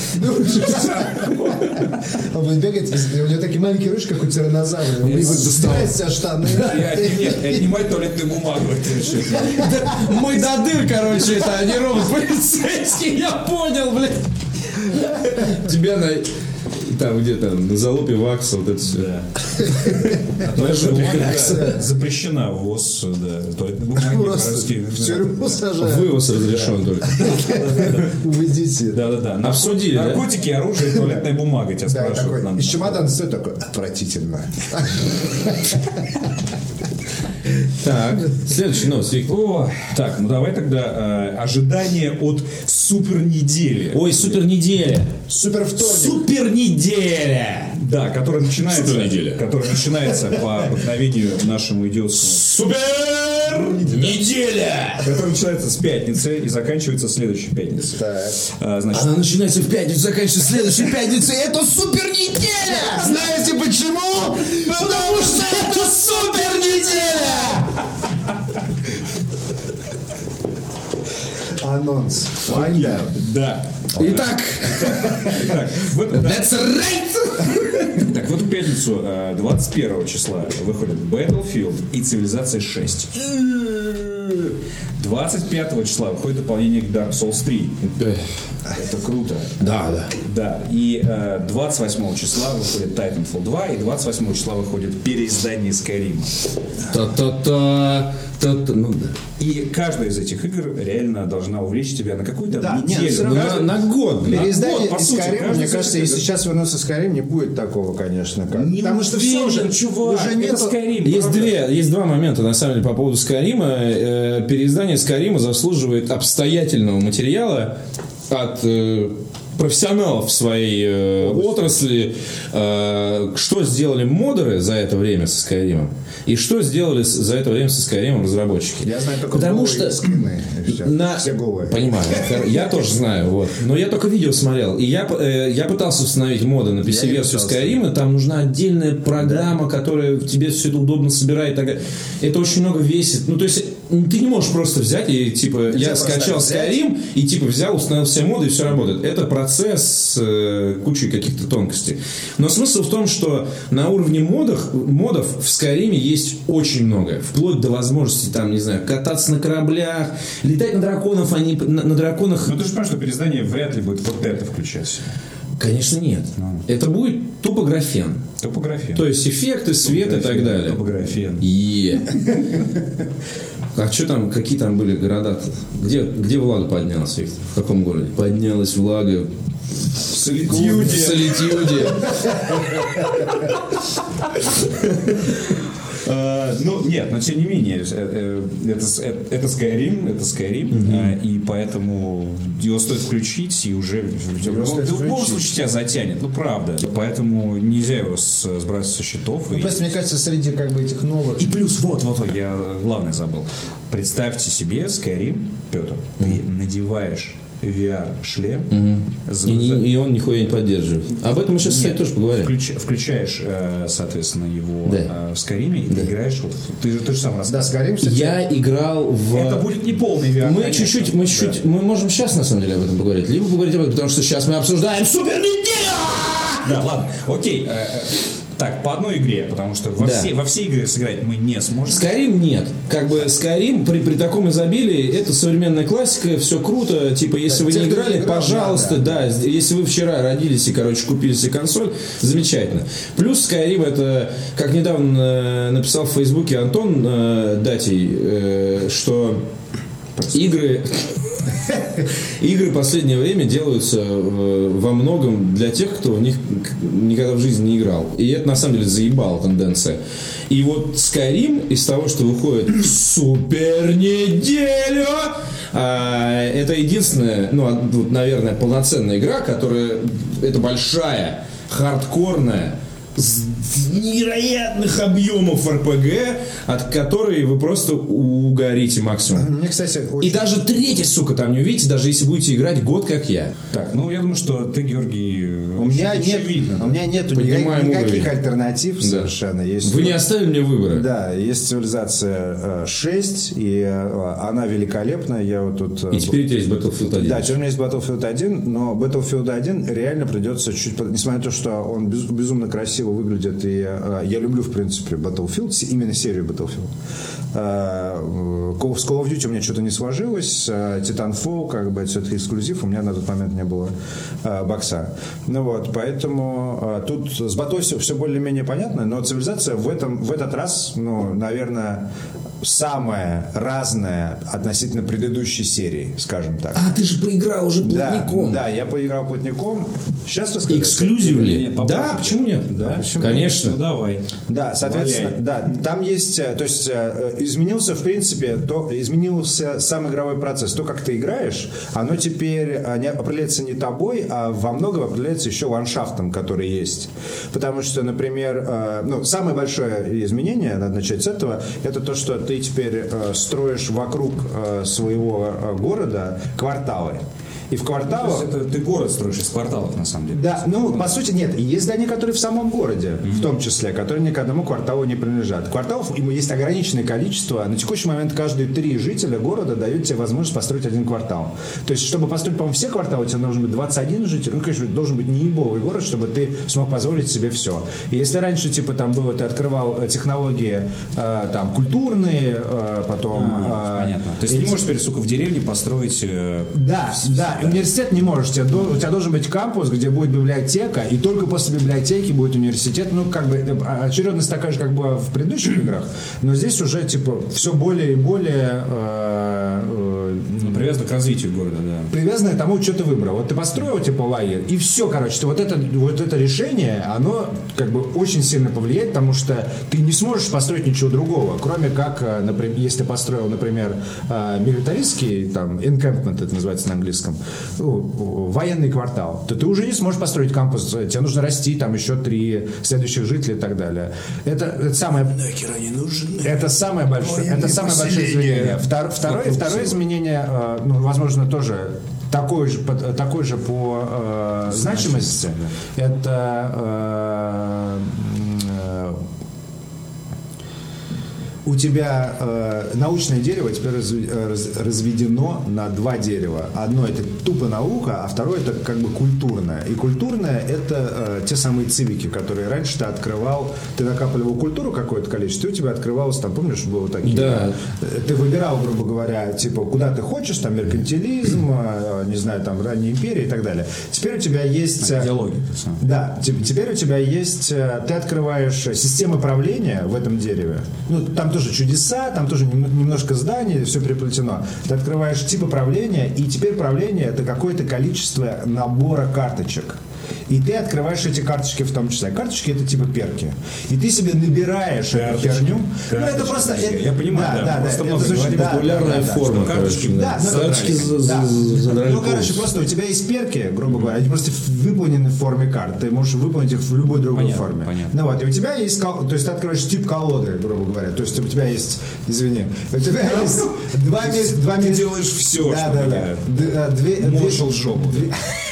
Он будет бегать, и у него такие маленькие ручки, как у тиранозавра. Он будет доставал. сдирать себя штаны. И от- Нет, и отнимать туалетную бумагу. Это еще- Мы до дыр, короче, это а не робот полицейский, я понял, блядь. Тебя на там где-то на залупе вакса, вот это все. Запрещена ВОЗ, да. туалетная бумага, городские- в тюрьму сажают. Вывоз разрешен только. Убедите. Да, да, да. Нарко- Обсудили, да? Наркотики, оружие, и туалетная бумага тебя Да, и такой, спрашивают. нам. из чемодана стоит такой, отвратительно. Так, следующая новость. Вик. О, так, ну давай тогда э, ожидание от супер недели. Ой, супер неделя. Супер вторник. Супер неделя. Да, которая начинается, Супер неделя. которая начинается по обыкновению нашему идиотскому. Супер! Неделя! Которая начинается с пятницы и заканчивается следующей пятницей. А, значит, Она начинается в пятницу, заканчивается следующей пятницей. Это супер Знаете почему? Потому что это супер неделя! Анонс. да. Итак, Так, в этом- да. that's right! Так вот, в пятницу э, 21 числа выходит Battlefield и Цивилизация 6. 25 числа выходит дополнение к Dark Souls 3. Это круто. Да, да. Да, и э, 28 числа выходит Titanfall 2, и 28 числа выходит переиздание Skyrim. Та-та-та. та-та, Ну, да. И каждая из этих игр реально должна увлечь тебя на какую-то Да, нет, неделю. всё Ну, равно каждый- На год, блин. Переиздание Вот, по сути, Skyrim, каждый мне кажется, если супер- сейчас вернуться Skyrim, не будет такого, конечно. Как. Потому что все уже, чувак, уже это нету- Skyrim. Есть правда. две, есть два момента на самом деле по поводу Скайрима. Э, Переиздание Скайрима заслуживает обстоятельного материала от э, профессионалов в своей э, отрасли. Э, Что сделали модеры за это время со Скайримом и что сделали с- за это время со Скайримом разработчики? Я знаю только Потому голые что скины. и всё. на- Все голые. Понимаю. хор- Я тоже знаю, вот. Но я только видео смотрел. И я, э, я пытался установить моды на PC-версию Skyrim. и Там нужна отдельная программа, которая в тебе все это удобно собирает. и так далее. Это очень много весит. Ну, то есть, м, ты не можешь просто взять и, типа, я просто скачал взять? Skyrim и, типа, взял, установил все моды и все работает. Это процесс э, кучей каких-то тонкостей. Но смысл в том, что на уровне модах, модов в Skyrim есть очень многое. Вплоть до возможности, там, не знаю, кататься на кораблях, летать на драконов, они на, на драконах Ну ты же понимаешь, что переиздание вряд ли будет вот это включать. Конечно, нет. Это будет тупо графен. Топография. То есть эффекты, свет и так далее. Топография. Е. А что там, какие там были города-то? Где, где влага поднялась, Виктор? В каком городе? Поднялась влага в Солитюде. В Солитюде. Э, Ну, нет, но тем не менее, э, э, это, с- э, это Skyrim, это Skyrim, э, и поэтому его стоит включить, и уже в- в- стоит в любом включить. случае тебя затянет, ну правда. Поэтому нельзя его с- сбрасывать со счетов. и- Ну, Просто, мне кажется, среди как бы этих новых... И плюс, вот, вот, вот, я главное забыл. Представьте себе, Skyrim, Петр, ты надеваешь VR-шлем, И, не- и он нихуя не поддерживает. Об этом мы сейчас, кстати, тоже поговорим. включаешь, э, соответственно, его Да. э, в Skyrim, и ты играешь, вот, в- ты, же- ты же сам Да, рассказывал. Skyrim, кстати, Я играл в... Это будет не полный VR. Мы конечно. чуть-чуть, мы чуть-чуть, мы можем сейчас на самом деле об этом поговорить, либо поговорить об этом, потому что сейчас мы обсуждаем супер Да, ладно. Окей. э, э, Так, по одной игре, потому что во, Да. все, во все игры сыграть мы не сможем. Скайрим нет. Как бы Скайрим при, при таком изобилии это современная классика, все круто. Типа, если вы те, не кто не играли, играл, пожалуйста, да, да, з- Если вы вчера родились и, короче, купили себе консоль, замечательно. Плюс Skyrim это, как недавно э, написал в Фейсбуке Антон э, Датий, э, что игры Игры в последнее время делаются э, во многом для тех, кто в них к- никогда в жизни не играл. И это на самом деле заебала тенденция. И вот Skyrim из того, что выходит в супер неделю, а, это единственная, ну, од- вот, наверное, полноценная игра, которая это большая, хардкорная, с невероятных объемов РПГ, от которой вы просто угорите максимум. Мне, кстати, И очень... даже третий, сука, там не увидите, даже если будете играть год, как я. Так, ну я думаю, что ты, Георгий, э, У меня, нет, очень- Ну, очень видно. у меня нету ни- Поднимаем никаких уровень. альтернатив совершенно. Есть Вы не оставили мне выбора. Да, есть цивилизация э, 6, и э, она великолепна. Я вот тут... э, И теперь у тебя есть Battlefield 1. Да, теперь у меня есть Battlefield 1, но Battlefield 1 реально придется чуть... под- Несмотря на то, что он без- безумно красив красиво выглядят. И э, я люблю, в принципе, Battlefield, се- именно серию Battlefield. Э, э, Call- С Call of Duty у меня что-то не сложилось. э, Titanfall, как бы, это все-таки эксклюзив. У меня на тот момент не было э, бокса. Ну вот, поэтому э, тут с Батой все, более-менее понятно, но цивилизация в, этом, в этот раз, ну, наверное, самая разная относительно предыдущей серии, скажем так. А, ты же поиграл уже Да, плотником. да, я поиграл плотником. Сейчас рассказать? Эксклюзив ли? Да, почему нет? Да, почему? Ну, Конечно. давай. Да, соответственно, да, там есть, э, то есть э, э, изменился, в принципе, то, изменился сам игровой процесс. То, как ты играешь, оно теперь э, не определяется не тобой, а во многом определяется еще ландшафтом, который есть. Потому что, например, э, ну, самое большое изменение, надо начать с этого, это то, что ты теперь э, строишь вокруг э, своего э, города кварталы. И в То есть кварталах... это ты город строишь из кварталов, на самом деле. Да, ну, по сути, нет. Есть здания, которые в самом городе, в том числе, которые ни к одному кварталу не принадлежат. Кварталов ему есть ограниченное количество. На текущий момент каждые три жителя города дают тебе возможность построить один квартал. То есть, чтобы построить, по-моему, все кварталы, тебе должен быть 21 житель. Ну, конечно, должен быть неебовый город, чтобы ты смог позволить себе все. И если раньше, типа, там было, ты открывал э, технологии, э, там, культурные, э, потом... э, Понятно. То есть ты эти- не можешь теперь, сука, в деревне построить... э, да, да, и университет не можешь. Тебе до- у тебя должен быть кампус, где будет библиотека, и только после библиотеки будет университет. Ну, как бы это очередность такая же, как была в предыдущих играх, но здесь уже типа все более и более э, э, ну, привязано к развитию города, да. привязано к тому, что ты выбрал. Вот ты построил типа лагерь, и все, короче, ты вот это, вот это решение, оно как бы очень сильно повлияет, потому что ты не сможешь построить ничего другого, кроме как, э, например, если ты построил, например, э, милитаристский, там, encampment это называется на английском, ну, военный квартал, то ты уже не сможешь построить кампус, э, тебе нужно расти, там еще три следующих жителя и так далее. Это, это самое... Это самое большое, это самое большое изменение. Втор- второе, второе изменение, э, ну, возможно, тоже такое же, по- такое же по э, значимости. Это э, м, э, у тебя э, научное дерево теперь разв- э, раз- разведено на два дерева. Одно это тупо наука, а второе это как бы культурное. И культурное это э, те самые цивики, которые раньше ты открывал, ты накапливал культуру какое-то количество, и у тебя открывалось там, помнишь, было такие. Да. Э, Ты выбирал, грубо говоря, типа, куда ты хочешь, там меркантилизм, э, не знаю, там ранняя империя и так далее. Теперь у тебя есть э, Идеология. то есть, а. да, те- теперь у тебя есть, э, ты открываешь э, системы правления в этом дереве. Ну, там тоже чудеса, там тоже нем- немножко зданий, все переплетено. Ты открываешь типы правления, и теперь правление это какое-то количество набора карточек. И ты открываешь эти карточки в том числе. Карточки это типа перки. И ты себе набираешь эту Карточки. херню. ну, это Карточки, просто... я- э, я понимаю, да, просто это много звучит- говорим, да, да, Популярная да, да. форма, карточки, короче. Да, ну, Карточки да. за- за- за- задрали Ну, короче, пояс. просто у тебя есть перки, грубо говоря, они просто выполнены в форме карт. Ты можешь выполнить их в любой другой Понятно, форме. понятно. Ну вот, и у тебя есть, кол- то есть ты открываешь тип колоды, грубо говоря. То есть у тебя есть, извини, у тебя есть два месяца... Два Ты мес- делаешь все, да, что да, ты да. Д- а, Две, две- Маршал жопу.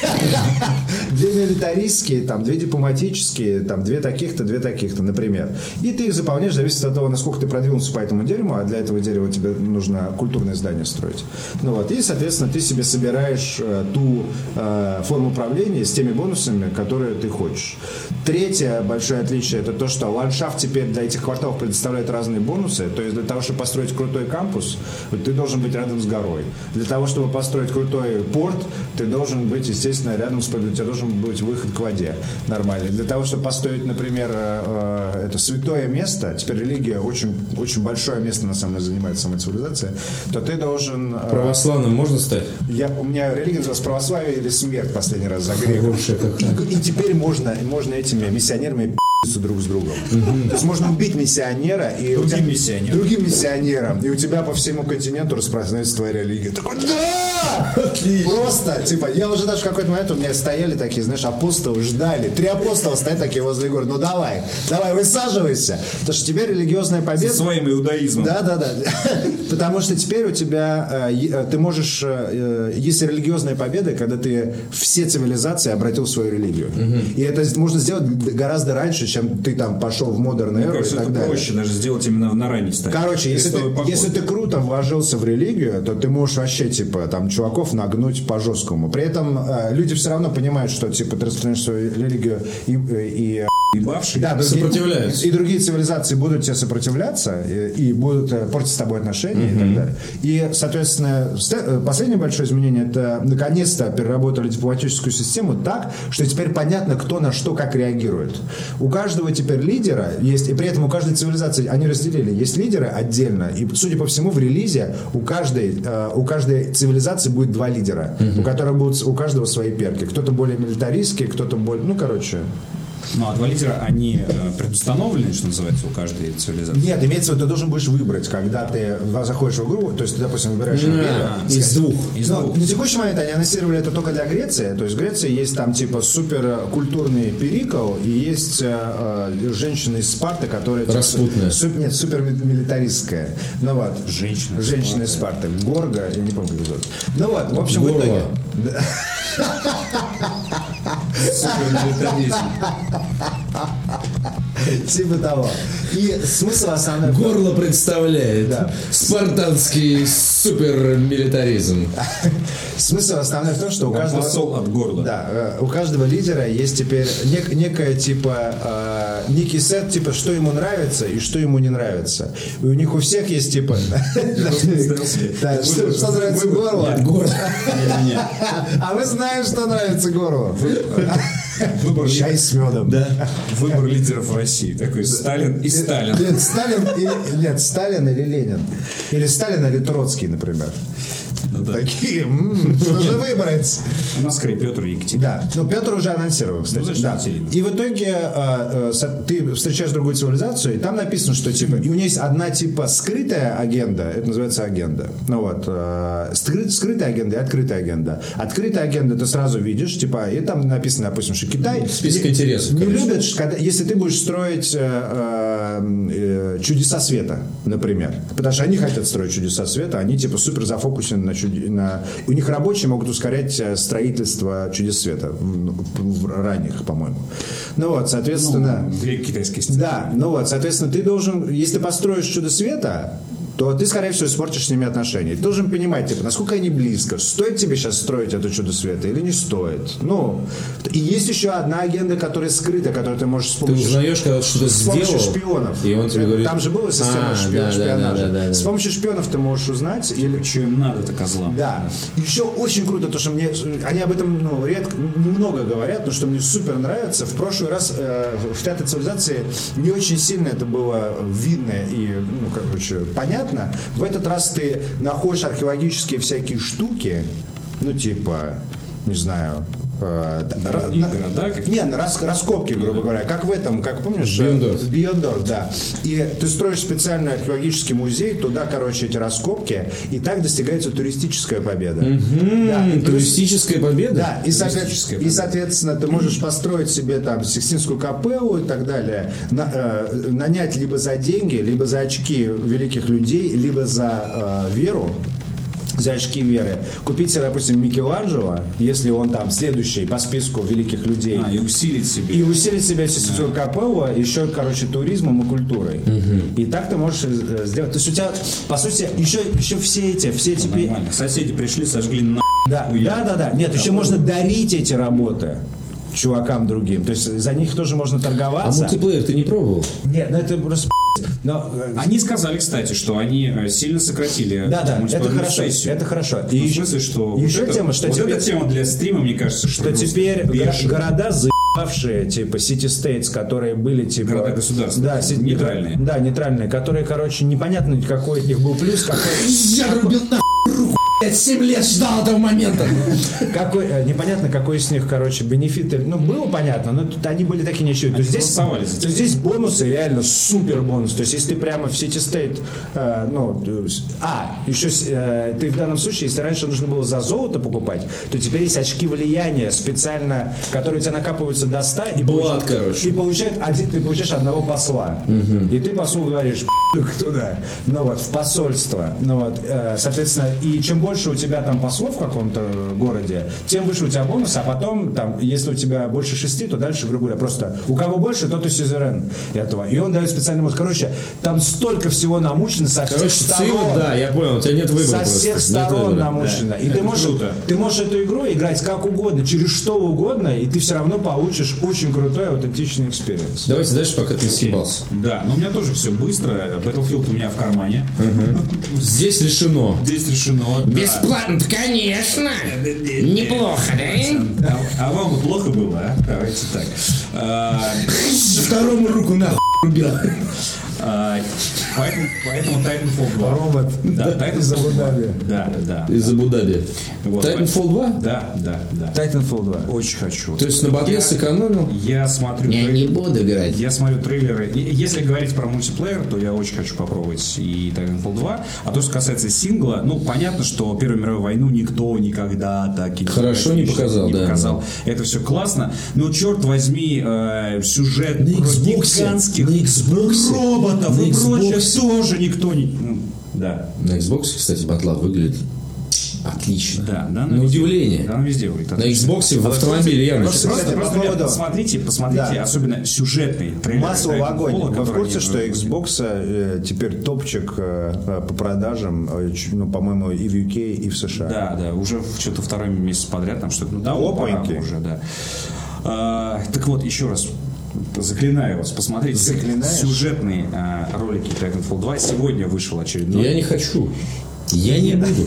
две милитаристские, там, две дипломатические, там, две таких-то, две таких-то, например. И ты их заполняешь, зависит от того, насколько ты продвинулся по этому дереву, а для этого дерева тебе нужно культурное здание строить. Ну вот, и, соответственно, ты себе собираешь э, ту э, форму правления с теми бонусами, которые ты хочешь. Третье большое отличие это то, что ландшафт теперь для этих кварталов предоставляет разные бонусы. То есть для того, чтобы построить крутой кампус, вот ты должен быть рядом с горой. Для того, чтобы построить крутой порт, ты должен быть, естественно, рядом с побережьем. У тебя должен быть выход к воде нормальный. Для того, чтобы построить, например, э, э, это святое место, теперь религия очень, очень большое место на самом деле занимает сама цивилизация, то ты должен... э, Православным можно стать? я, у меня религия называлась православие или смерть последний раз за грех. И, и теперь можно, можно этими миссионерами пи***ться друг с другом. То есть можно убить миссионера и у Другим тебя- миссионером. другим миссионером. И у тебя по всему континенту распространяется твоя религия. Такой, да! Просто, типа, я уже даже в какой-то момент у меня стояли такие, знаешь, апостолы ждали. Три апостола стоят такие возле гор. Ну давай, давай, высаживайся. Потому что тебе религиозная победа. Своим иудаизмом. Да, да, да. Потому что теперь у тебя э, е- э, ты можешь э, э, есть религиозная победа, когда ты все цивилизации обратил в свою религию. И это с- можно сделать д- гораздо раньше, чем ты там пошел в модерн эру и Кажется, это так далее. проще даже сделать именно на ранней стадии. Короче, если ты, Крестовый поход. если ты круто вложился в религию, то ты можешь вообще, типа, там, чуваков нагнуть по-жесткому. При этом э, люди все равно понимают, что, типа, ты распространяешь свою религию и, и, и ебавший. Да, другие- Сопротивляются. И другие цивилизации будут тебе сопротивляться э, и будут э, портить с тобой отношения и так далее. И, соответственно, ст- э, последнее большое изменение это наконец-то переработали дипломатическую систему так, что теперь понятно, кто на что как реагирует. У каждого теперь лидера есть, и при этом у каждой цивилизации они разделили, есть лидеры отдельно, и, судя по всему, в релизе у каждой, э, у каждой цивилизации будет два лидера, у которых будут с- у каждого свои перки. Кто-то более милитаристский, кто-то более... Ну, короче... Ну, а два лидера, они э, предустановлены, что называется, у каждой цивилизации. Нет, имеется в виду, ты должен будешь выбрать, когда ты в- заходишь в игру, то есть ты, допустим, выбираешь империю. Из двух. Из Но двух. Ну, на текущий момент они анонсировали это только для Греции. То есть в Греции есть там типа суперкультурный перикл и есть э, э, женщина из Спарты, которая... типа, Распутная. суп- нет, супермилитаристская. Ну вот. Женщина из Женщина из Спарты. Горга, я не помню, как ее зовут. Ну вот, в общем, в Горла. итоге... Типа того. И смысл основной... Горло представляет спартанский супермилитаризм. Смысл основной в том, что у каждого... посол от горла. Да, э, у каждого лидера есть теперь нек- некая типа э, некий сет типа что ему нравится и что ему не нравится. И у них у всех есть типа Да, что что нравится горло. А мы знаем, что нравится горло. Выбор, ли- Чай с медом. выбор лидеров России. Такой Сталин Э, и Сталин. Нет, Сталин и- нет, Сталин или Ленин. Или Сталин или Троцкий, например. Такие, м, что же выбрать? У нас скорее Петр и Екатерина. Да, ну Петр уже анонсировал, кстати. значит, да. анонсировал. И в итоге э, э, со- ты встречаешь другую цивилизацию, и там написано, что типа, и у нее есть одна типа скрытая агенда, это называется агенда. Ну вот, э, скры- скрытая агенда и открытая агенда. Открытая агенда ты сразу видишь, типа, и там написано, допустим, что Китай Список не- интересов, не короче. любит, когда- если ты будешь строить э, э, э, чудеса света, например, потому что они хотят строить чудеса света, они типа супер зафокусены на чуде- на- у них рабочие могут ускорять э, строительство чудес света ну, в, в ранних, по-моему. Ну вот, соответственно, Две китайские стены. да, ну вот, соответственно, ты должен, если ты построишь чудо света, то ты, скорее всего, испортишь с ними отношения. Ты должен понимать, типа, насколько они близко. Стоит тебе сейчас строить это чудо света или не стоит? Ну, и есть еще одна агенда, которая скрыта, которую ты можешь с Ты помощью узнаешь, когда ты что-то с помощью сделал, шпионов. и он тебе говорит... Там же была «А, система шпи- да, да, шпионажа. да, да, да. С помощью шпионов ты можешь узнать. Или... Что им надо, это козлам. Да. Еще очень круто, то, что мне... Они об этом ну, редко, немного говорят, но что мне супер нравится. В прошлый раз э, в пятой цивилизации не очень сильно это было видно и, ну, короче, понятно. В этот раз ты находишь археологические всякие штуки, ну, типа, не знаю... э, ра- на- города какие-то. не, на рас- раскопки, грубо говоря, как в этом, как помнишь? э, Beyond Earth. Beyond Earth, да. И ты строишь специальный археологический музей, туда, короче, эти раскопки, и так достигается туристическая победа. Да. М, Плюс- Туристическая победа? да, и, соответ- и, соответственно, ты можешь построить себе там Сикстинскую капеллу и так далее, на- э, нанять либо за деньги, либо за очки великих людей, либо за э, веру за очки веры. Купить себе, допустим, Микеланджело, если он там следующий по списку великих людей. А, и усилить себе. И усилить себя сельскую капеллу еще, а короче, туризмом и культурой. И так ты можешь э, сделать. То есть у тебя, по сути, еще, еще все эти, все эти... пе- Нормально. Соседи пришли, сожгли на да, да, да, да. Нет, еще можно дарить эти работы чувакам другим. То есть за них тоже можно А торговаться. мультиплеер ты не пробовал? Нет, ну это просто пи***. Но, э, А, Они сказали, кстати, что они э, сильно сократили да, да, это муниципальную хорошо, сессию. это хорошо. И И в смысле, что... еще вот это- тема, что вот теперь- эта тема для стрима, мне кажется, что просто теперь гра- бешеная. города заебавшие, типа City States, которые были типа... Города-государства, Да, си- нейтральные. Да, нейтральные, которые, короче, непонятно, какой от них был плюс, какой... Я рубил нахуй руку, блядь, 7 лет ждал этого момента. какой э, непонятно, какой из них, короче, бенефиты. Ну, было понятно, но тут они были такие ничего. То есть здесь, голосовали за то есть здесь бонусы реально супер бонус. То есть если ты прямо в City State, э, ну, то есть- а, еще с- э, ты в данном случае, если раньше нужно было за золото покупать, то теперь есть очки влияния специально, которые у тебя накапываются до 100 и, Блат, получ- короче. и получает один, ты получаешь одного посла. И ты послу говоришь, «П***ю, туда, ну вот, в посольство. Ну вот, э, соответственно, и чем больше больше у тебя там послов в каком-то городе, тем выше у тебя бонус, а потом, там, если у тебя больше шести, то дальше, грубо говоря, просто у кого больше, тот и сюзерен этого. И он дает специальный мод. Короче, там столько всего намучено со всех сторон. да, я понял, у тебя нет выбора Со просто. Ну, всех Нет сторон выбора. намучено. И ты можешь, ты можешь эту игру играть как угодно, через что угодно, и ты все равно получишь очень крутой, аутентичный экспириенс. Давайте дальше, пока ты съебался. Да, но у меня тоже все быстро. Battlefield у меня в кармане. Здесь решено. Здесь решено. да. Бесплатно, конечно. Неплохо, да? А, а вам плохо было, а? Давайте так. А, Второму руку нахуй. а, поэтому, поэтому Titanfall 2. Робот. Да, Titanfall 2. Да, да. Из Абу-Даби. Вот, Titanfall 2? Да, да, да. Titanfall 2. Очень хочу. То есть на батле сэкономил? Я смотрю... Я трейлер- не буду играть. Я смотрю трейлеры. И Если говорить про мультиплеер, то я очень хочу попробовать и Titanfall 2. А то, что касается сингла, ну, понятно, что Первую мировую войну никто никогда так и Хорошо не практически показал, не да. показал. Это все классно. Но, черт возьми, э, сюжет на гигантских роботов и прочее тоже никто не... Ну, Да, На Xbox, кстати, батла выглядит отлично. да, да. На удивление. Да, он везде выглядит. На Xbox в автомобиле явно просто- сейчас. Просто, Кстати, просто, по ребят, поводу- посмотрите, посмотрите, Да. особенно сюжетный трейлер. Масло в огонь. Вы в курсе, что Xbox Xbox э, теперь топчик э, э, по продажам, э, ч- ну, по-моему, и в UK, и в США. Да, да, уже в- что-то второй месяц подряд там что-то. Ну, да, Опаньки. уже, да. А, так вот, еще раз заклинаю вас, посмотрите Заклинаешь? сюжетные а, ролики Titanfall 2. Сегодня вышел очередной. Я не хочу. Я не буду.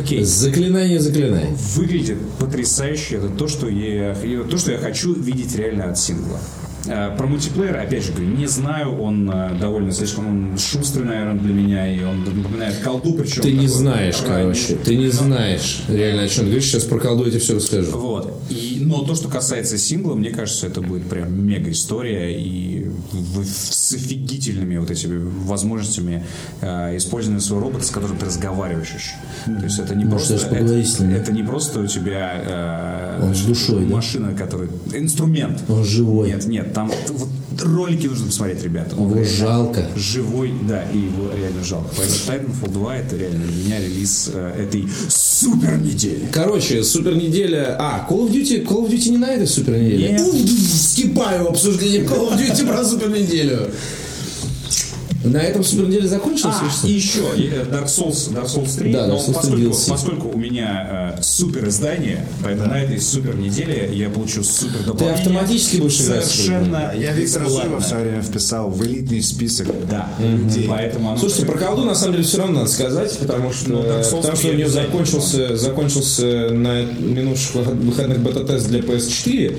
Окей. Заклинание, заклинание. Выглядит потрясающе. Это то, что я, и то, что я хочу видеть реально от сингла. А, Про мультиплеер, опять же говорю, не знаю, он а, довольно слишком он шустрый, наверное, для меня, и он напоминает колду, причем... Ты не такой знаешь, ранний. короче. Ты не знаешь реально о чем ты говоришь. Сейчас про колду я тебе все расскажу. Вот. И, но то, что касается сингла, мне кажется, это будет прям мега история и в- в- с офигительными вот этими возможностями э, использования своего робота, с которым ты разговариваешь. еще. То есть это не Может, просто даже Ну, поговорить с это, ним, да? это не просто у тебя э, Он с душой, да? машина, которая инструмент. Он живой. Нет, нет, там вот ролики нужно посмотреть, ребята. Он Его реально- жалко. живой, да, и его реально жалко. Поэтому Titanfall 2 это реально для меня релиз э, этой супер недели. Короче, супер неделя. А, Call of Duty, Call of Duty не на этой супер неделе. Скипаю обсуждение Call of Duty про супер неделю. На этом супер неделе закончилось? или А, что? и еще э, Dark Souls, Dark Souls 3, Да, но Dark Souls 3 поскольку, DLC. поскольку у меня э, супер издание, поэтому на этой супер неделе я получу супер дополнение. автоматически будешь играть Совершенно. Я Виктора бесплатно. Зуева в свое время вписал в элитный список. Да. Поэтому оно Слушайте, про как-то- колду на самом деле все равно надо сказать, потому что, Ну, Dark Souls потому что у нее обязательно. закончился, закончился на минувших выход- выходных бета-тест для PS4,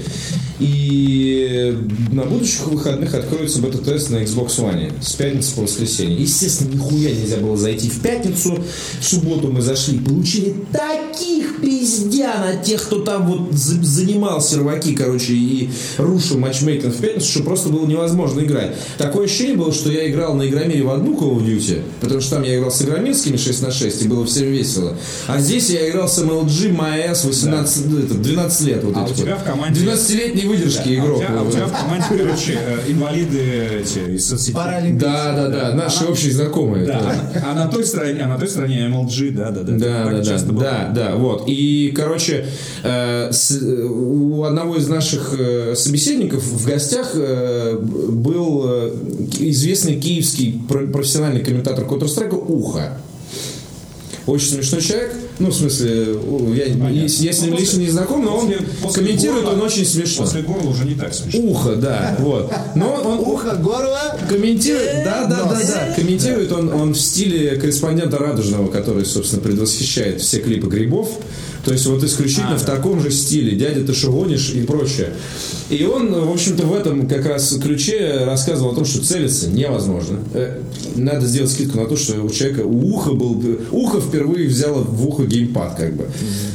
и на будущих выходных откроется бета-тест на Xbox One с пятницы по воскресенье. Естественно, нихуя нельзя было зайти в пятницу, в субботу мы зашли, получили таких пиздян от тех, кто там вот за- занимал серваки, короче, и рушил матчмейкинг в пятницу, что просто было невозможно играть. Такое ощущение было, что я играл на Игромире в одну Call of Duty, потому что там я играл с Игромирскими 6 на 6, и было всем весело. А здесь я играл с MLG, MAS, 18, ну, это, 12 лет. Вот А эти у тебя вот. в команде- 12-летней выдержки А у игрок. тебя, а у тебя в команде, короче, э, инвалиды эти из соцсетей. Да, да, да, наши общие знакомые. да. Да. А на той стороне, а на той стороне MLG, да, да, да. Да, да, Так да, часто было. да, да, вот. И, короче, э, с- э, у одного из наших э, собеседников в гостях э, был э, известный киевский про- профессиональный комментатор Counter-Strike Ухо. Очень смешной человек. Ну, в смысле, у- я, я с я с ним Ну, лично после- не знаком, но он после- после комментирует, горла- он очень смешно. После горла уже не так смешно. Ухо, да, вот. Но он Ухо, горло. Комментирует, да, да, да, да. Комментирует он, он в стиле корреспондента Радужного, который, собственно, предвосхищает все клипы грибов. То есть вот исключительно в таком же стиле. Дядя, ты что гонишь и прочее. И он, в общем-то, в этом как раз ключе рассказывал о том, что целиться невозможно. Э, Надо сделать скидку на то, что у человека у уха был... Ухо впервые взяло в ухо геймпад, как бы.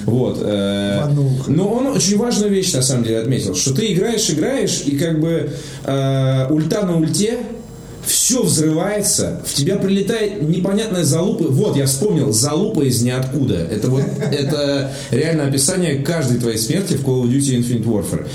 Вот. э, Но он очень важную вещь, на самом деле, отметил, что ты играешь, играешь, и как бы э, ульта на ульте, все взрывается, в тебя прилетает непонятная залупа. Вот, я вспомнил, залупа из ниоткуда. Это вот, это реально описание каждой твоей смерти в Call of Duty Infinite Warfare.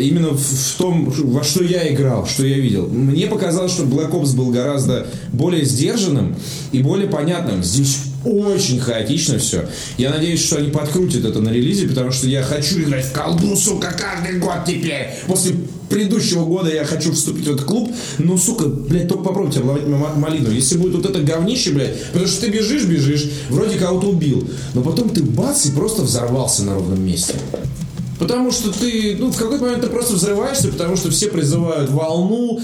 Именно в, в том, во что я играл, что я видел. Мне показалось, что Black Ops был гораздо более сдержанным и более понятным. Здесь очень хаотично все. Я надеюсь, что они подкрутят это на релизе, потому что я хочу играть в колду, сука, каждый год теперь. После предыдущего года я хочу вступить в этот клуб, но, сука, блядь, только попробуйте обловить ма- малину. Если будет вот это говнище, блядь, потому что ты бежишь, бежишь, вроде кого-то убил, но потом ты бац и просто взорвался на ровном месте. Потому что ты, ну, в какой-то момент ты просто взрываешься, потому что все призывают волну,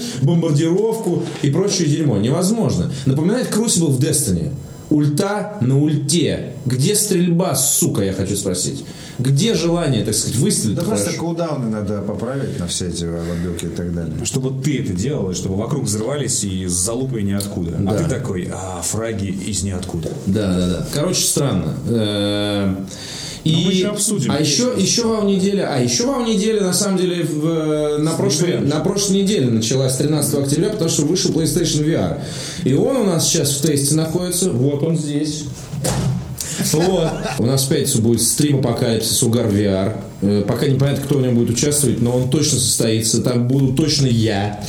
бомбардировку и прочее дерьмо. Невозможно. Напоминает Крусибл в Destiny. Ульта на ульте. Где стрельба, сука, я хочу спросить? Где желание, так сказать, выстрелить? Да просто хорошо? кулдауны надо поправить на все эти лобилки и так далее. Чтобы ты это делал, и чтобы вокруг взрывались и с залупой ниоткуда. А ты такой, а фраги из ниоткуда. Да, да, да. Короче, странно. Э, И, мы еще обсудим. А еще, еще вам неделя, а еще вам неделя, на самом деле, в, э, на, прошлой, на прошлой неделе началась 13 октября, потому что вышел PlayStation VR. И он у нас сейчас в тесте находится. Вот он здесь. Вот. У нас в пятницу будет стрим Апокалипсис Угар VR. Э, Пока непонятно, кто в нем будет участвовать, но он точно состоится. Там буду точно я.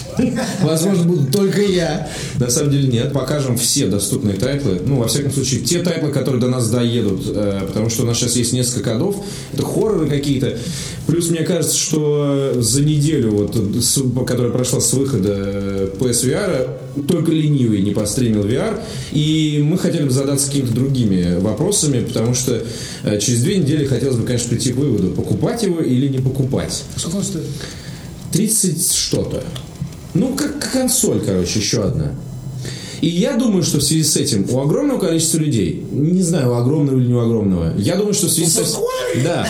Возможно, буду только я. На самом деле нет. Покажем все доступные тайтлы. Ну, во всяком случае, те тайтлы, которые до нас доедут. э, Потому что у нас сейчас есть несколько кодов. Это хорроры какие-то. Плюс мне кажется, что за неделю, вот, с- которая прошла с выхода э, PSVR, только ленивый не постримил VR. И мы хотели бы задаться какими-то другими вопросами, потому что э, через две недели хотелось бы, конечно, прийти к выводу, покупать его или не покупать. Сколько он стоит? 30 что-то. Ну, как консоль, короче, еще одна. И я думаю, что в связи с этим у огромного количества людей, не знаю, у огромного или не у огромного, я думаю, что в связи с этим... Да.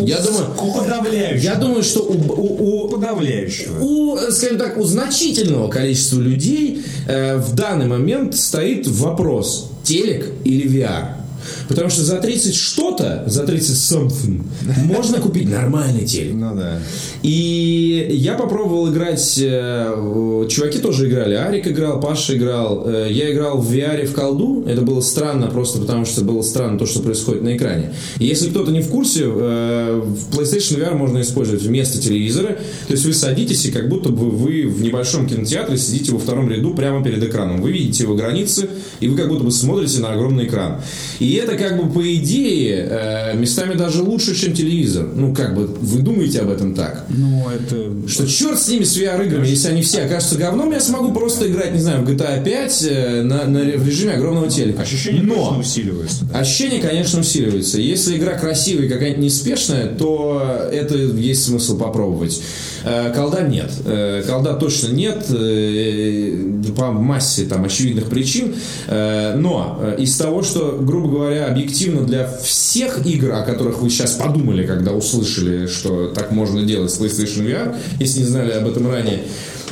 Я думаю, Подавляющего. я думаю, что у, у- у- Подавляющего. у, э, скажем так, у значительного количества людей э, в данный момент стоит вопрос, телек или VR. Потому что за 30 что-то, за 30 something, можно купить нормальный телек. Ну да. И я попробовал играть, э, в- чуваки тоже играли, Арик играл, Паша играл, э, я играл в VR в колду, это было странно просто потому, что было странно то, что происходит на экране. И если кто-то не в курсе, э, в PlayStation VR можно использовать вместо телевизора, то есть вы садитесь и как будто бы вы в небольшом кинотеатре сидите во втором ряду прямо перед экраном, вы видите его границы, и вы как будто бы смотрите на огромный экран. И это как бы по идее э, местами даже лучше, чем телевизор. Ну как бы вы думаете об этом так. Ну, это... Что черт с ними, с VR-играми, если они все окажутся говном, я смогу просто играть, не знаю, в GTA 5 э, на, на ре- в режиме огромного телека. Ощущение точно Но усиливается. ощущение, конечно, усиливается. Если игра красивая и какая-нибудь неспешная, то это есть смысл попробовать. Э, Колда нет. Э, Колда точно нет э, по массе там очевидных причин. Э, Но э, из того, что, грубо говоря, объективно для всех игр, о которых вы сейчас подумали, когда услышали, что так можно делать с PlayStation VR, если не знали об этом ранее,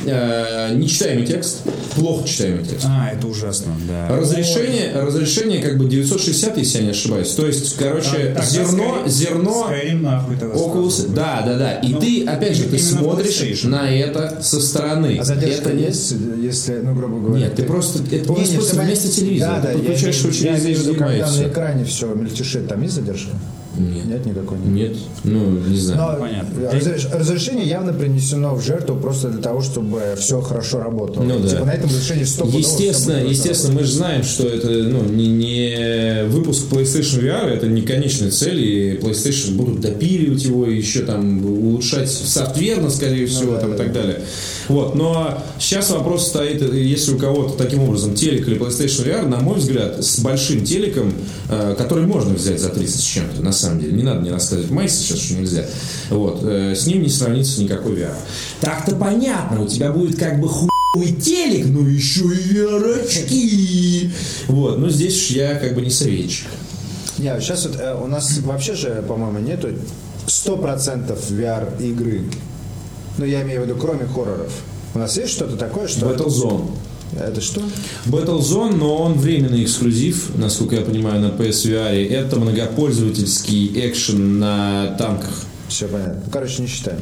э, нечитаемый текст, плохо читаемый текст. А, это ужасно, да. Разрешение, разрешение как бы 960, если я не ошибаюсь. То есть, короче, А, зерно, зерно Скайрим нахуй тогда Oculus, сразу. да, да, да. И Ну, ты, опять же, ты именно смотришь PlayStation. на это со стороны. А задержка это не- есть, если, ну, грубо говоря... Нет, ты просто, это у нас Не, не, просто ты вместо пон- телевизора. Да, да, ты подключаешь его я через имею в телевизор виду, и когда на занимаешься. экране все мельтешит, там есть задержка? Нет. Нет никакой? Нет. Нет, ну, не знаю. Но понятно. разреш- разрешение явно принесено в жертву просто для того, чтобы все хорошо работало. Ну да. Типа на этом разрешении 100 Естественно, естественно, мы же знаем, что это ну, не, не выпуск PlayStation VR, это не конечная цель, и PlayStation будут допиливать его, и еще там улучшать софтверно, скорее всего, там, и так далее. Вот, но сейчас вопрос стоит, если у кого-то таким образом телек или PlayStation VR, на мой взгляд, с большим телеком, э, который можно взять за 30 с чем-то, на самом деле, не надо мне рассказывать май сейчас, что нельзя, вот, э, с ним не сравнится никакой VR. Так-то понятно, у тебя будет как бы хуй Ой, телек, ну еще и VR-очки. Вот, но здесь уж я как бы не советчик. Нет, сейчас вот э, у нас вообще же, по-моему, нету 100% VR игры. Ну, я имею в виду, кроме хорроров. У нас есть что-то такое, что... Battlezone. Это что? Battlezone, но он временный эксклюзив, насколько я понимаю, на PSVR. Это многопользовательский экшен на танках. Все понятно. Ну, Короче, не считаем.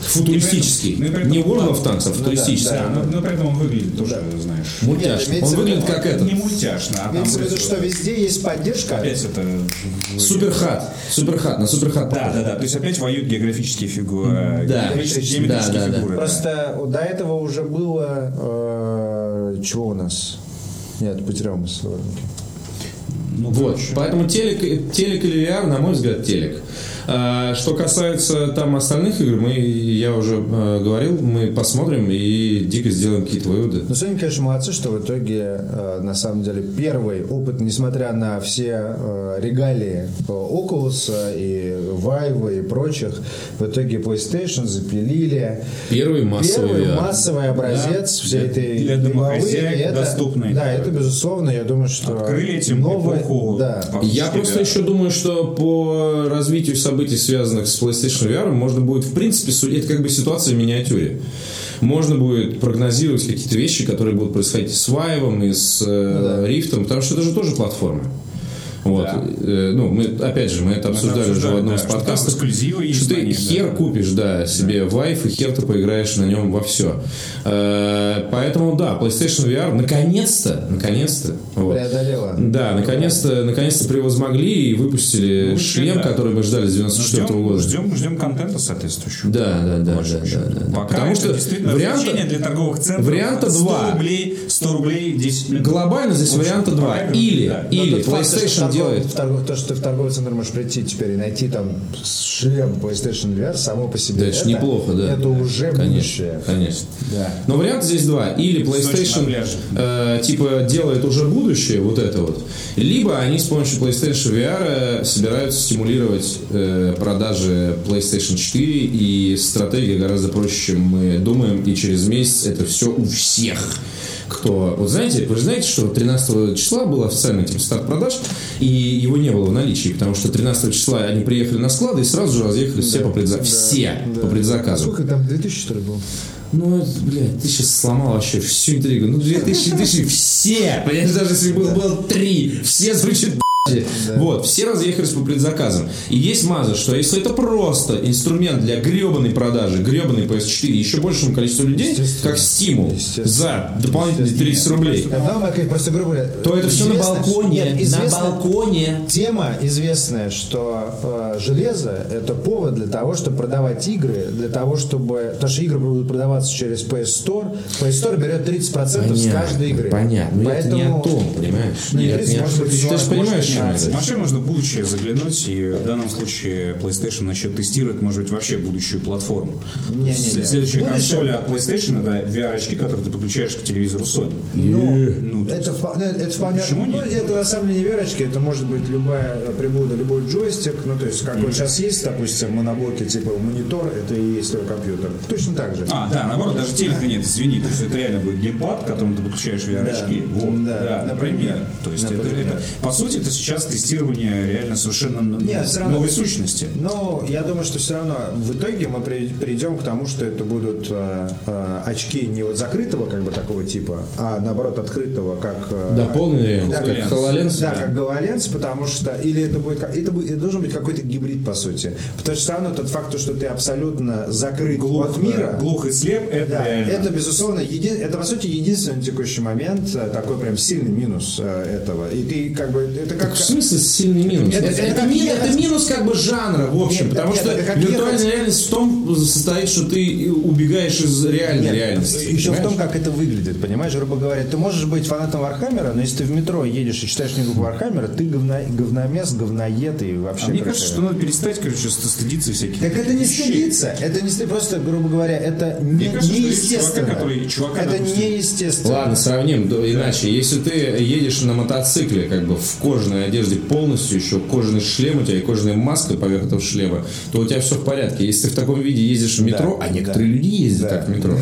Футуристический. Ну и при этом- Не World of Tanks, а футуристический. Да, но, но поэтому он выглядит тоже, знаешь, ну, Мультяшный. Нет, имеется он в виду- выглядит как это. не мультяшно, а там Имеется в виду, просто- что везде есть поддержка. опять это... Суперхат. Суперхат. На суперхат. Да, да, да. То есть опять воюют географические фигуры. Да. Геометрические Да, да, да. фигуры. да. Просто у- до этого уже было... э, чего у нас? Нет, потерял мы словарники. вот. Поэтому телек, телек или VR, на мой взгляд, телек. А, Что касается там остальных игр, мы, я уже э, говорил, мы посмотрим и дико сделаем какие-то выводы. Ну, сегодня, конечно, молодцы, что в итоге, э, на самом деле, первый опыт, несмотря на все э, регалии э, Oculus и Vive и прочих, в итоге PlayStation запилили. Первый массовый Первый VR. массовый образец всей этой для дымовой, домохозяек и это- доступный. Да, это, безусловно, я думаю, что... Открыли этим новое- эпоху. Да. фактически, Я просто да. еще думаю, что по развитию событий, связанных с PlayStation VR, можно будет, в принципе, судить, это как бы ситуация в миниатюре. Можно будет прогнозировать какие-то вещи, которые будут происходить с Вайвом и с Ну Рифтом, потому что это же тоже платформы. Вот. Э, Ну, мы, опять же, мы это обсуждали уже в обсуждали, одном да, из что там подкастов. эксклюзивы есть Что на ты них, да. хер купишь, да, себе Vive, и хер ты поиграешь на нем во все. Поэтому, да, PlayStation VR наконец-то, наконец-то. вот. Преодолела. Да, наконец-то, наконец-то превозмогли и выпустили шлем, Ну, да. Ну, который мы ждали с Ну, 94 Ждем, года. ждем, ждем контента соответствующего. Да, да, да, да, да, да, да. Пока Потому это что действительно варианта развлечение для торговых центров. варианта 100 два. рублей, 100 рублей, 10 минут. глобально здесь В общем, варианта два. пока- Или, да. Ну, Но или тот факт, что PlayStation в торгов- делает. в торгов- то, что ты в торговый центр можешь прийти теперь и найти там шлем PlayStation VR само по себе. Да, это ж неплохо, да. Это уже Конечно, будущее. конечно. Но вариант здесь два. Или на PlayStation пляже. э, типа делает уже будущее, вот это вот. Либо они с помощью PlayStation VR э, собираются стимулировать э, продажи PlayStation 4. И стратегия гораздо проще, чем мы думаем. И через месяц это все у всех. Кто, вот знаете, вы же знаете, что 13 числа был официальный типа, старт продаж, и его не было в наличии, потому что 13 числа они приехали на склады и сразу же разъехали все по предзаказу. все по предзаказу. Сколько там, 2000, что ли, было? Ну, это, блядь, ты сейчас сломал вообще всю интригу. Ну, 2000, 2000, все! Понимаешь, даже если бы было три, все звучат б***ь. Вот, все разъехались по предзаказам. И есть маза, что если это просто инструмент для гребаной продажи, гребаной PS4 еще большему количеству людей, как стимул за дополнительные 30 рублей, Когда мы, как, просто грубо говоря, то это все на известно- балконе. Нет, на известно- балконе. Тема известная, что э, железо это повод для того, чтобы продавать игры, для того, чтобы. Потому что игры будут продаваться через PS Store. PS Store берет 30% с каждой игры. Понятно. Но это не о том, понимаешь? Ну, Нет, если, не о может том. быть, Ты же может, понимаешь, что А Вообще можно в будущее заглянуть, и в данном случае PlayStation насчет тестирует, может быть, вообще будущую платформу. Не-не-не. След- Следующая Будущее- консоль от PlayStation это VR-очки, которые ты подключаешь к телевизору Sony. Ну, Э. Ну, это, впо- ну, это вполне... Почему ну, нет? это на самом деле не верочки, это может быть любая э, приблуда, любой джойстик, ну, то есть, как вот сейчас есть, допустим, моноблоки типа монитор, это и есть твой компьютер. Точно так же. А, да, наоборот, даже телека нет, извини. То есть это реально будет геймпад, к которому ты подключаешь VR-очки. Да. Вот, Да, да, например. например. То есть это- Например. это, по сути, это сейчас тестирование реально совершенно н- Нет, всё равно- новой сущности. Но я думаю, что все равно в итоге мы при- придем к тому, что это будут э, э, очки не вот закрытого как бы такого типа, а наоборот открытого, как... э, Да, полный реальность, Да, как HoloLens. Да, как гололенс, потому что или это будет как- это, будет- это должен быть какой-то гибрид по сути, потому что все равно тот факт, то, что ты абсолютно закрыт Глух, от мира. глух и слеп, это Да, реально. это безусловно, един- это по сути единственный на текущий момент э, такой прям сильный минус э, этого. И ты как бы это как В смысле сильный минус? Это- Это, это это как ми- ехать. это минус как бы жанра, в общем, Нет, потому нет, что это как виртуальная ехать. реальность в том состоит, что ты убегаешь из реальной Нет, реальности. Еще в том, понимаешь? как это выглядит, понимаешь, грубо говоря, ты можешь быть фанатом Вархаммера, но если ты в метро едешь и читаешь книгу Вархаммера, ты говно, говномес, говноед и вообще. А Мне короче, кажется, что надо перестать, короче, ст- стыдиться всяких. Так это не вещей. стыдиться, это не стыдиться, просто, грубо говоря, это не, Мне кажется, что есть неестественно. чувака, который- чувака, это допустим. неестественно. Ладно, сравним, да, иначе. Если ты едешь на мотоцикле, как бы в кожаной одежде полностью, еще кожаный шлем у тебя и кожаная маска поверх этого шлема, то у тебя все в порядке. Если ты в таком виде ездишь в метро, а некоторые люди ездят так в метро,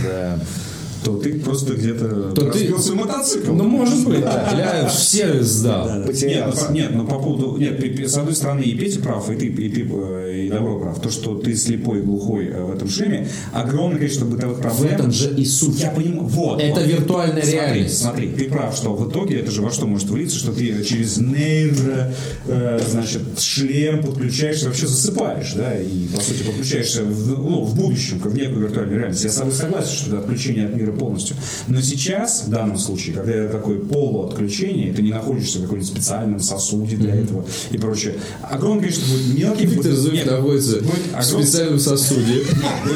То ты просто где-то То ты- разбил свой мотоцикл. ну, может быть, я все сдал. Нет, ну, по- нет, ну по поводу... Нет, пе- пе- с одной стороны, и Петя прав, и ты, и ты, э, и Добро прав. То, что ты слепой и глухой э, в этом шлеме, огромное количество бытовых В проблем. этом же и суть. Я понимаю, вот. Это вот. виртуальная Смотри, реальность. Смотри, ты прав, что в итоге это же во что может вылиться, что ты через нейро, э, значит, шлем подключаешься, вообще засыпаешь, да, и, по сути, подключаешься в, ну, в будущем, как в некую виртуальную реальность. Я с тобой согласен, что это отключение от мира полностью. Но сейчас, в данном случае, когда это такое полуотключение, и ты не находишься в каком-нибудь специальном сосуде для этого и прочее, огромное количество будет мелких... Питер будет- Зуев нет, находится будет в огромное- специальном сосуде.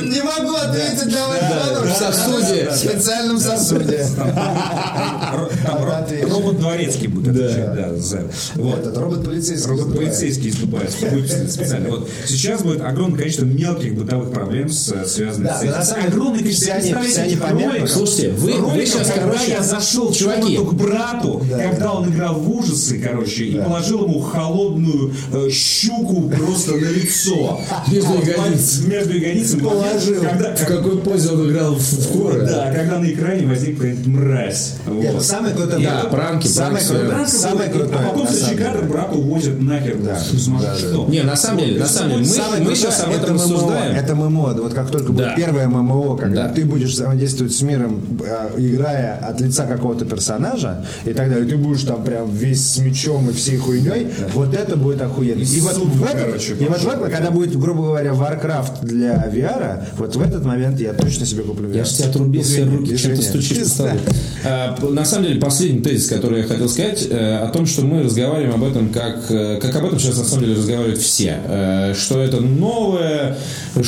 Не могу ответить для В вас. сосуде. В специальном сосуде. а Ро- там ро- Отвечу. Робот дворецкий будет отвечать, да, за... Вот. Этот робот-полицейский. Робот полицейский из Дубая выписали специально. Вот сейчас будет огромное количество мелких бытовых проблем, с- э, связанных Да, с да, этим. на самом деле Огромное все количество они- представляете, все они этих померкли. роликов. Слушайте, вы- вы Роликов, сейчас, когда короче, я зашел к чуваки. чуваку к брату, когда он играл в ужасы, короче, и положил ему холодную э, щуку просто на лицо. Между Вот, ягодиц. Между ягодицами. Положил. Когда, В какой позе он играл в- в горы? да, когда на экране возник какая-то мразь. Нет, Вот. самое крутое. Да, пранки, самое пранки, крутое. да. Самое крутое. А потом на самом следующий деле. кадр брат увозят нахер. Да. Не, на самом деле, на самом деле, мы- Самое мы крутое сейчас об этом это ММО. рассуждаем. Это ММО. Вот как только будет первое ММО, когда Да. ты будешь взаимодействовать с миром, э, играя от лица какого-то персонажа, и так далее, ты будешь там прям весь с мечом и всей хуйней, вот это будет охуенно. И, вот, в этот- короче, и вот в этот, когда будет, грубо говоря, Warcraft для VR, вот в этот момент я точно себе куплю VR. Я же тебе отрубил все Извини, руки, чем ты извини. стучишь по столу. А, п- На самом деле, последний тезис, который я хотел сказать, э, о том, что мы разговариваем об этом, как, э, как об этом сейчас на самом деле разговаривают все. Э, Что это новая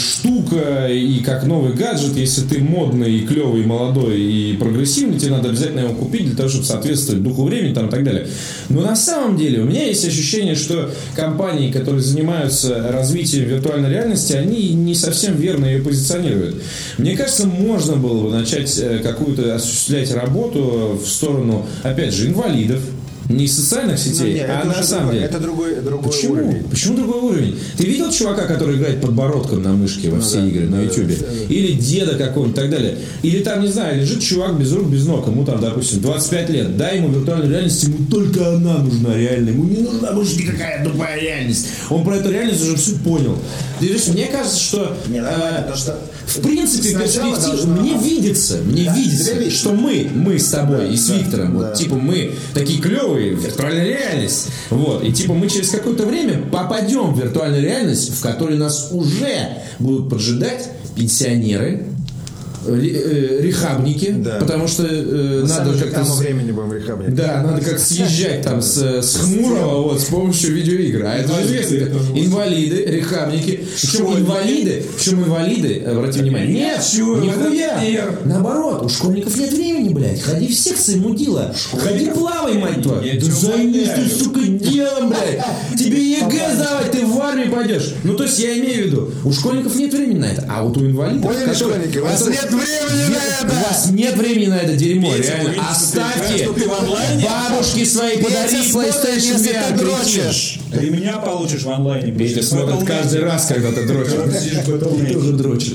штука и как новый гаджет, если ты модный, и клевый, и молодой, и прогрессивный, тебе надо обязательно его купить для того, чтобы соответствовать духу времени там, и так далее. Но на самом деле у меня есть ощущение, что компании, которые занимаются развитием виртуальной реальности, они не совсем верно ее позиционируют. Мне кажется, можно было бы начать э, какую-то осуществлять работу в сторону, опять же, инвалидов, не из социальных Ну, сетей, нет, а это на уже самом другой- деле. Это другой, другой Почему? уровень. Почему другой уровень? Ты видел чувака, который играет подбородком на мышке Ну во все игры на Ютубе? Или деда какого-нибудь и так далее? Или там, не знаю, лежит чувак без рук, без ног, ему там, допустим, 25 лет, дай ему виртуальную реальность, ему только она нужна реально, ему не нужна больше никакая другая реальность. Он про эту реальность уже все понял. Ты видишь, мне кажется, что... Не, нормально, э, потому что в принципе, Сначала перспектива, должна- мне видится, мне Да, видится, две вещи. что мы, мы с тобой и с да, Виктором, вот, да. типа мы такие клевые, виртуальная реальность, вот, и типа мы через какое-то время попадем в виртуальную реальность, в которой нас уже будут поджидать пенсионеры, ре- э, рехабники, Да. потому что э, надо Самое же как-то... тому с- времени будем рехабрить. Да, надо как съезжать там с, с Хмурого вот с помощью видеоигр. А это же известно. как Инвалиды, рехабники. Причем инвалиды, причем инвалиды, обрати внимание, нет, нихуя. Наоборот, у школьников нет времени, блядь. Ходи в секции, мудила. Ходи плавай, мать твою. Да займись ты, сука, делом, блядь. Тебе ЕГЭ сдавать, ты в армию пойдешь. Ну, то есть я имею в виду, у школьников нет времени на это, а вот у инвалидов... Поняли, которые- школьники? У вас нет времени нет, на это! У вас нет времени на это дерьмо, реально. увидишь, что ты Оставьте играешь, что ты в онлайне. бабушке своей Петя подари смотрит, PlayStation если VR. ты кретин. дрочишь. Ты меня получишь в онлайне. Петя смотрит каждый раз, когда ты дрочишь. Ты тоже дрочишь.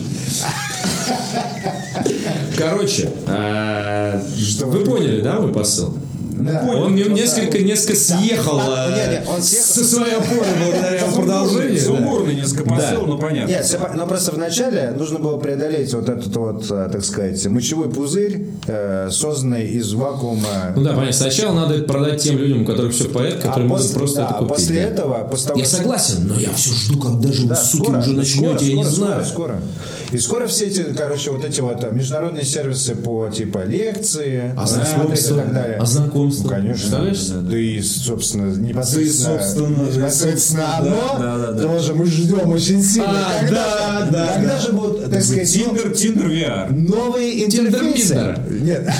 Короче, а, вы поняли, да, вы посыл? Он не- несколько, несколько съехал А, э, нет, нет, он съехал. со своей опоры благодаря продолжению. Сумбурный несколько посыл, но ну, понятно. Нет, всё по- но просто вначале нужно было преодолеть вот этот вот, э, так сказать, мочевой пузырь, э, созданный из вакуума. Ну да, понятно. Сначала надо это продать тем людям, у которых все в порядке, А которые могут после, просто да, это купить. после да. этого, после того, Я как- согласен, но я все жду, когда же вы, Да, суки, скоро, уже да, начнете, скоро, я не скоро, знаю. Скоро, скоро. И скоро все эти, короче, вот эти вот э, международные сервисы по типа лекции, А рады знакомство? и так далее. А знакомство? Ну, конечно. Представляешь? Да и, собственно, непосредственно, Да и, собственно, да, непосредственно да, оно да, да, да. тоже мы ждем очень сильно. А, Когда да, же- да, Когда же будут, так сказать, Тиндер, Тиндер VR. новые интерфейсы? Тиндер-пиндер. Нет,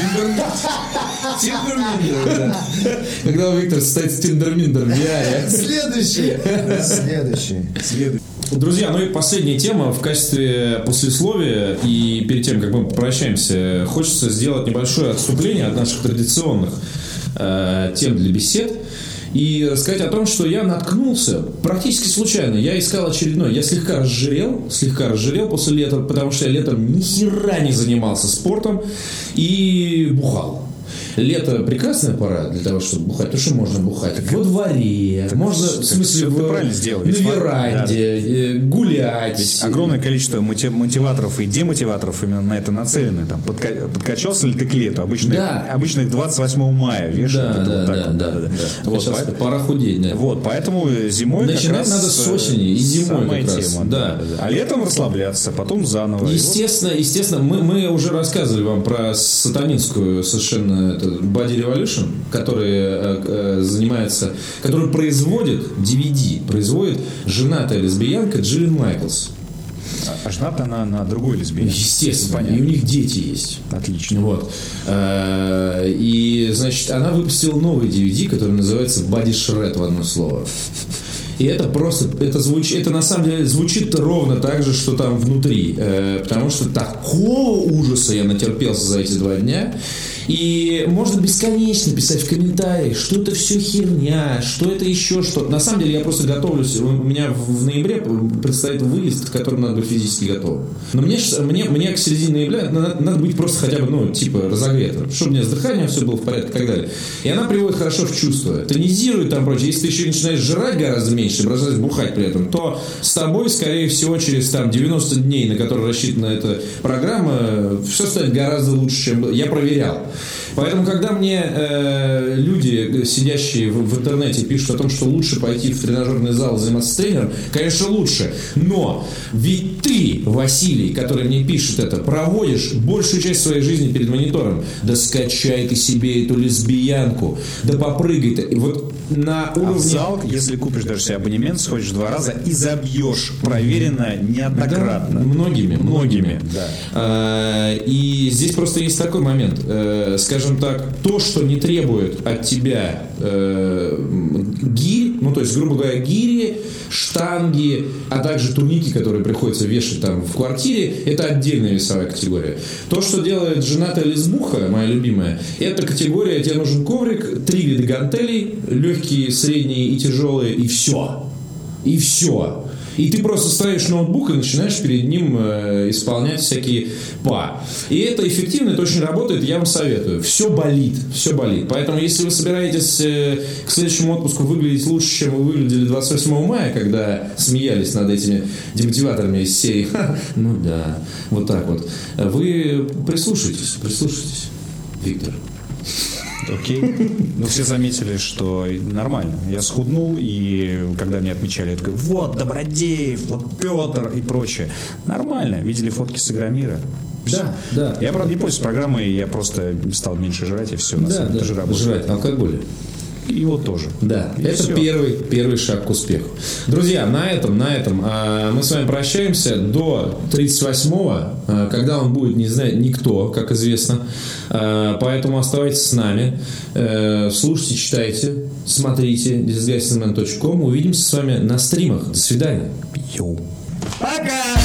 Тиндер VR, да. Когда Виктор стоит с тиндерминдером в VR. Следующий. Следующий. Друзья, ну и последняя тема в качестве послесловия. И перед тем, как мы попрощаемся, хочется сделать небольшое отступление от наших традиционных э, тем для бесед. И рассказать о том, что я наткнулся практически случайно. Я искал очередной. Я слегка разжирел, слегка разжирел после лета, потому что я летом ни хера не занимался спортом и бухал. лето прекрасная пора для того, чтобы бухать. Потому что можно бухать во дворе, можно, в смысле, всё ты в- правильно сделал, на ведь во- веранде, э, гулять. Огромное количество мути- мотиваторов и демотиваторов именно на это нацелены. Там, подка- подкачался ли ты к лету? Обычно, Да. обычно их 28 мая вешают. Да, Это да, вот так да, вот, да, да-да-да. да. Вот, Сейчас поэт- пора худеть, да. вот, поэтому зимой как Начинать раз, надо с э, осени и зимой самая как раз, тема, да. да-да-да. А летом расслабляться, потом заново. И вот Естественно, естественно, мы, мы уже рассказывали вам про сатанинскую совершенно это, Body Revolution, которая э, э, занимается, которую производит DVD, производит женатая лесбиянка Джиллин Майклс. А жена-то она на другой лесбиянке. Естественно, и у них дети есть. Отлично. Вот. Э, И, значит, она выпустила новый DVD, который называется Body Shred в одно слово. И это просто, это звучит, это на самом деле звучит ровно так же, что там внутри. Э, потому что такого ужаса я натерпелся за эти два дня. И можно бесконечно писать в комментариях, что это все херня, что это еще что-то. На самом деле я просто готовлюсь. У меня в в ноябре предстоит выезд, к которому надо быть физически готовым. Но мне, щас- мне, мне к середине ноября надо, надо быть просто хотя бы, ну, типа, разогретым. Чтобы у меня с дыханием все было в порядке и так далее. И она приводит хорошо в чувство. Тонизирует там прочее. Если ты еще начинаешь жрать гораздо меньше, продолжаешь бухать при этом, то с тобой, скорее всего, через там 90 дней, на которые рассчитана эта программа, все станет гораздо лучше, чем было. я проверял. Поэтому, когда мне э, люди, э, сидящие в, в интернете, пишут о том, что лучше пойти в тренажерный зал и заниматься с тренером, конечно, лучше. Но ведь ты, Василий, который мне пишет это, проводишь большую часть своей жизни перед монитором. Да скачай ты себе эту лесбиянку, да попрыгай ты. И Вот на А в уровне... зал, если купишь даже себе абонемент, сходишь два раза и забьешь. Проверено неоднократно. Да, многими, многими. Да. А, И здесь просто есть такой момент. Э, Скажем так, то, что не требует от тебя э, гирь, ну то есть, грубо говоря, гири, штанги, а также турники, которые приходится вешать там в квартире, это отдельная весовая категория. То, что делает женатая лесбуха, моя любимая, это категория, тебе нужен коврик, три вида гантелей, легкие, средние и тяжелые, и все. И все. И ты просто ставишь ноутбук и начинаешь перед ним э, исполнять всякие па. И это эффективно, это очень работает, я вам советую. Все болит, все болит. Поэтому, если вы собираетесь э, к следующему отпуску выглядеть лучше, чем вы выглядели 28 мая, когда смеялись над этими демотиваторами из серии «Ха, ну да, вот так вот», вы прислушайтесь, прислушайтесь, Виктор. Окей. Ну, все заметили, что нормально. Я схуднул, и когда мне отмечали, я такой, вот Добродеев, вот Петр и прочее. Нормально. Видели фотки с Игромира. Да, да. Я, правда, не пользуюсь программой, я просто стал меньше жрать, и все. На Да, самом да, этаже работаю. жрать алкоголь. Его тоже. Да, И это всё. первый, первый шаг к успеху. Друзья, на этом, на этом э, мы с вами прощаемся до 38-го, э, когда он будет не знает никто, как известно. Э, поэтому оставайтесь с нами, Э, слушайте, читайте, смотрите disgustingman.com. Увидимся с вами на стримах. До свидания. Йоу. Пока!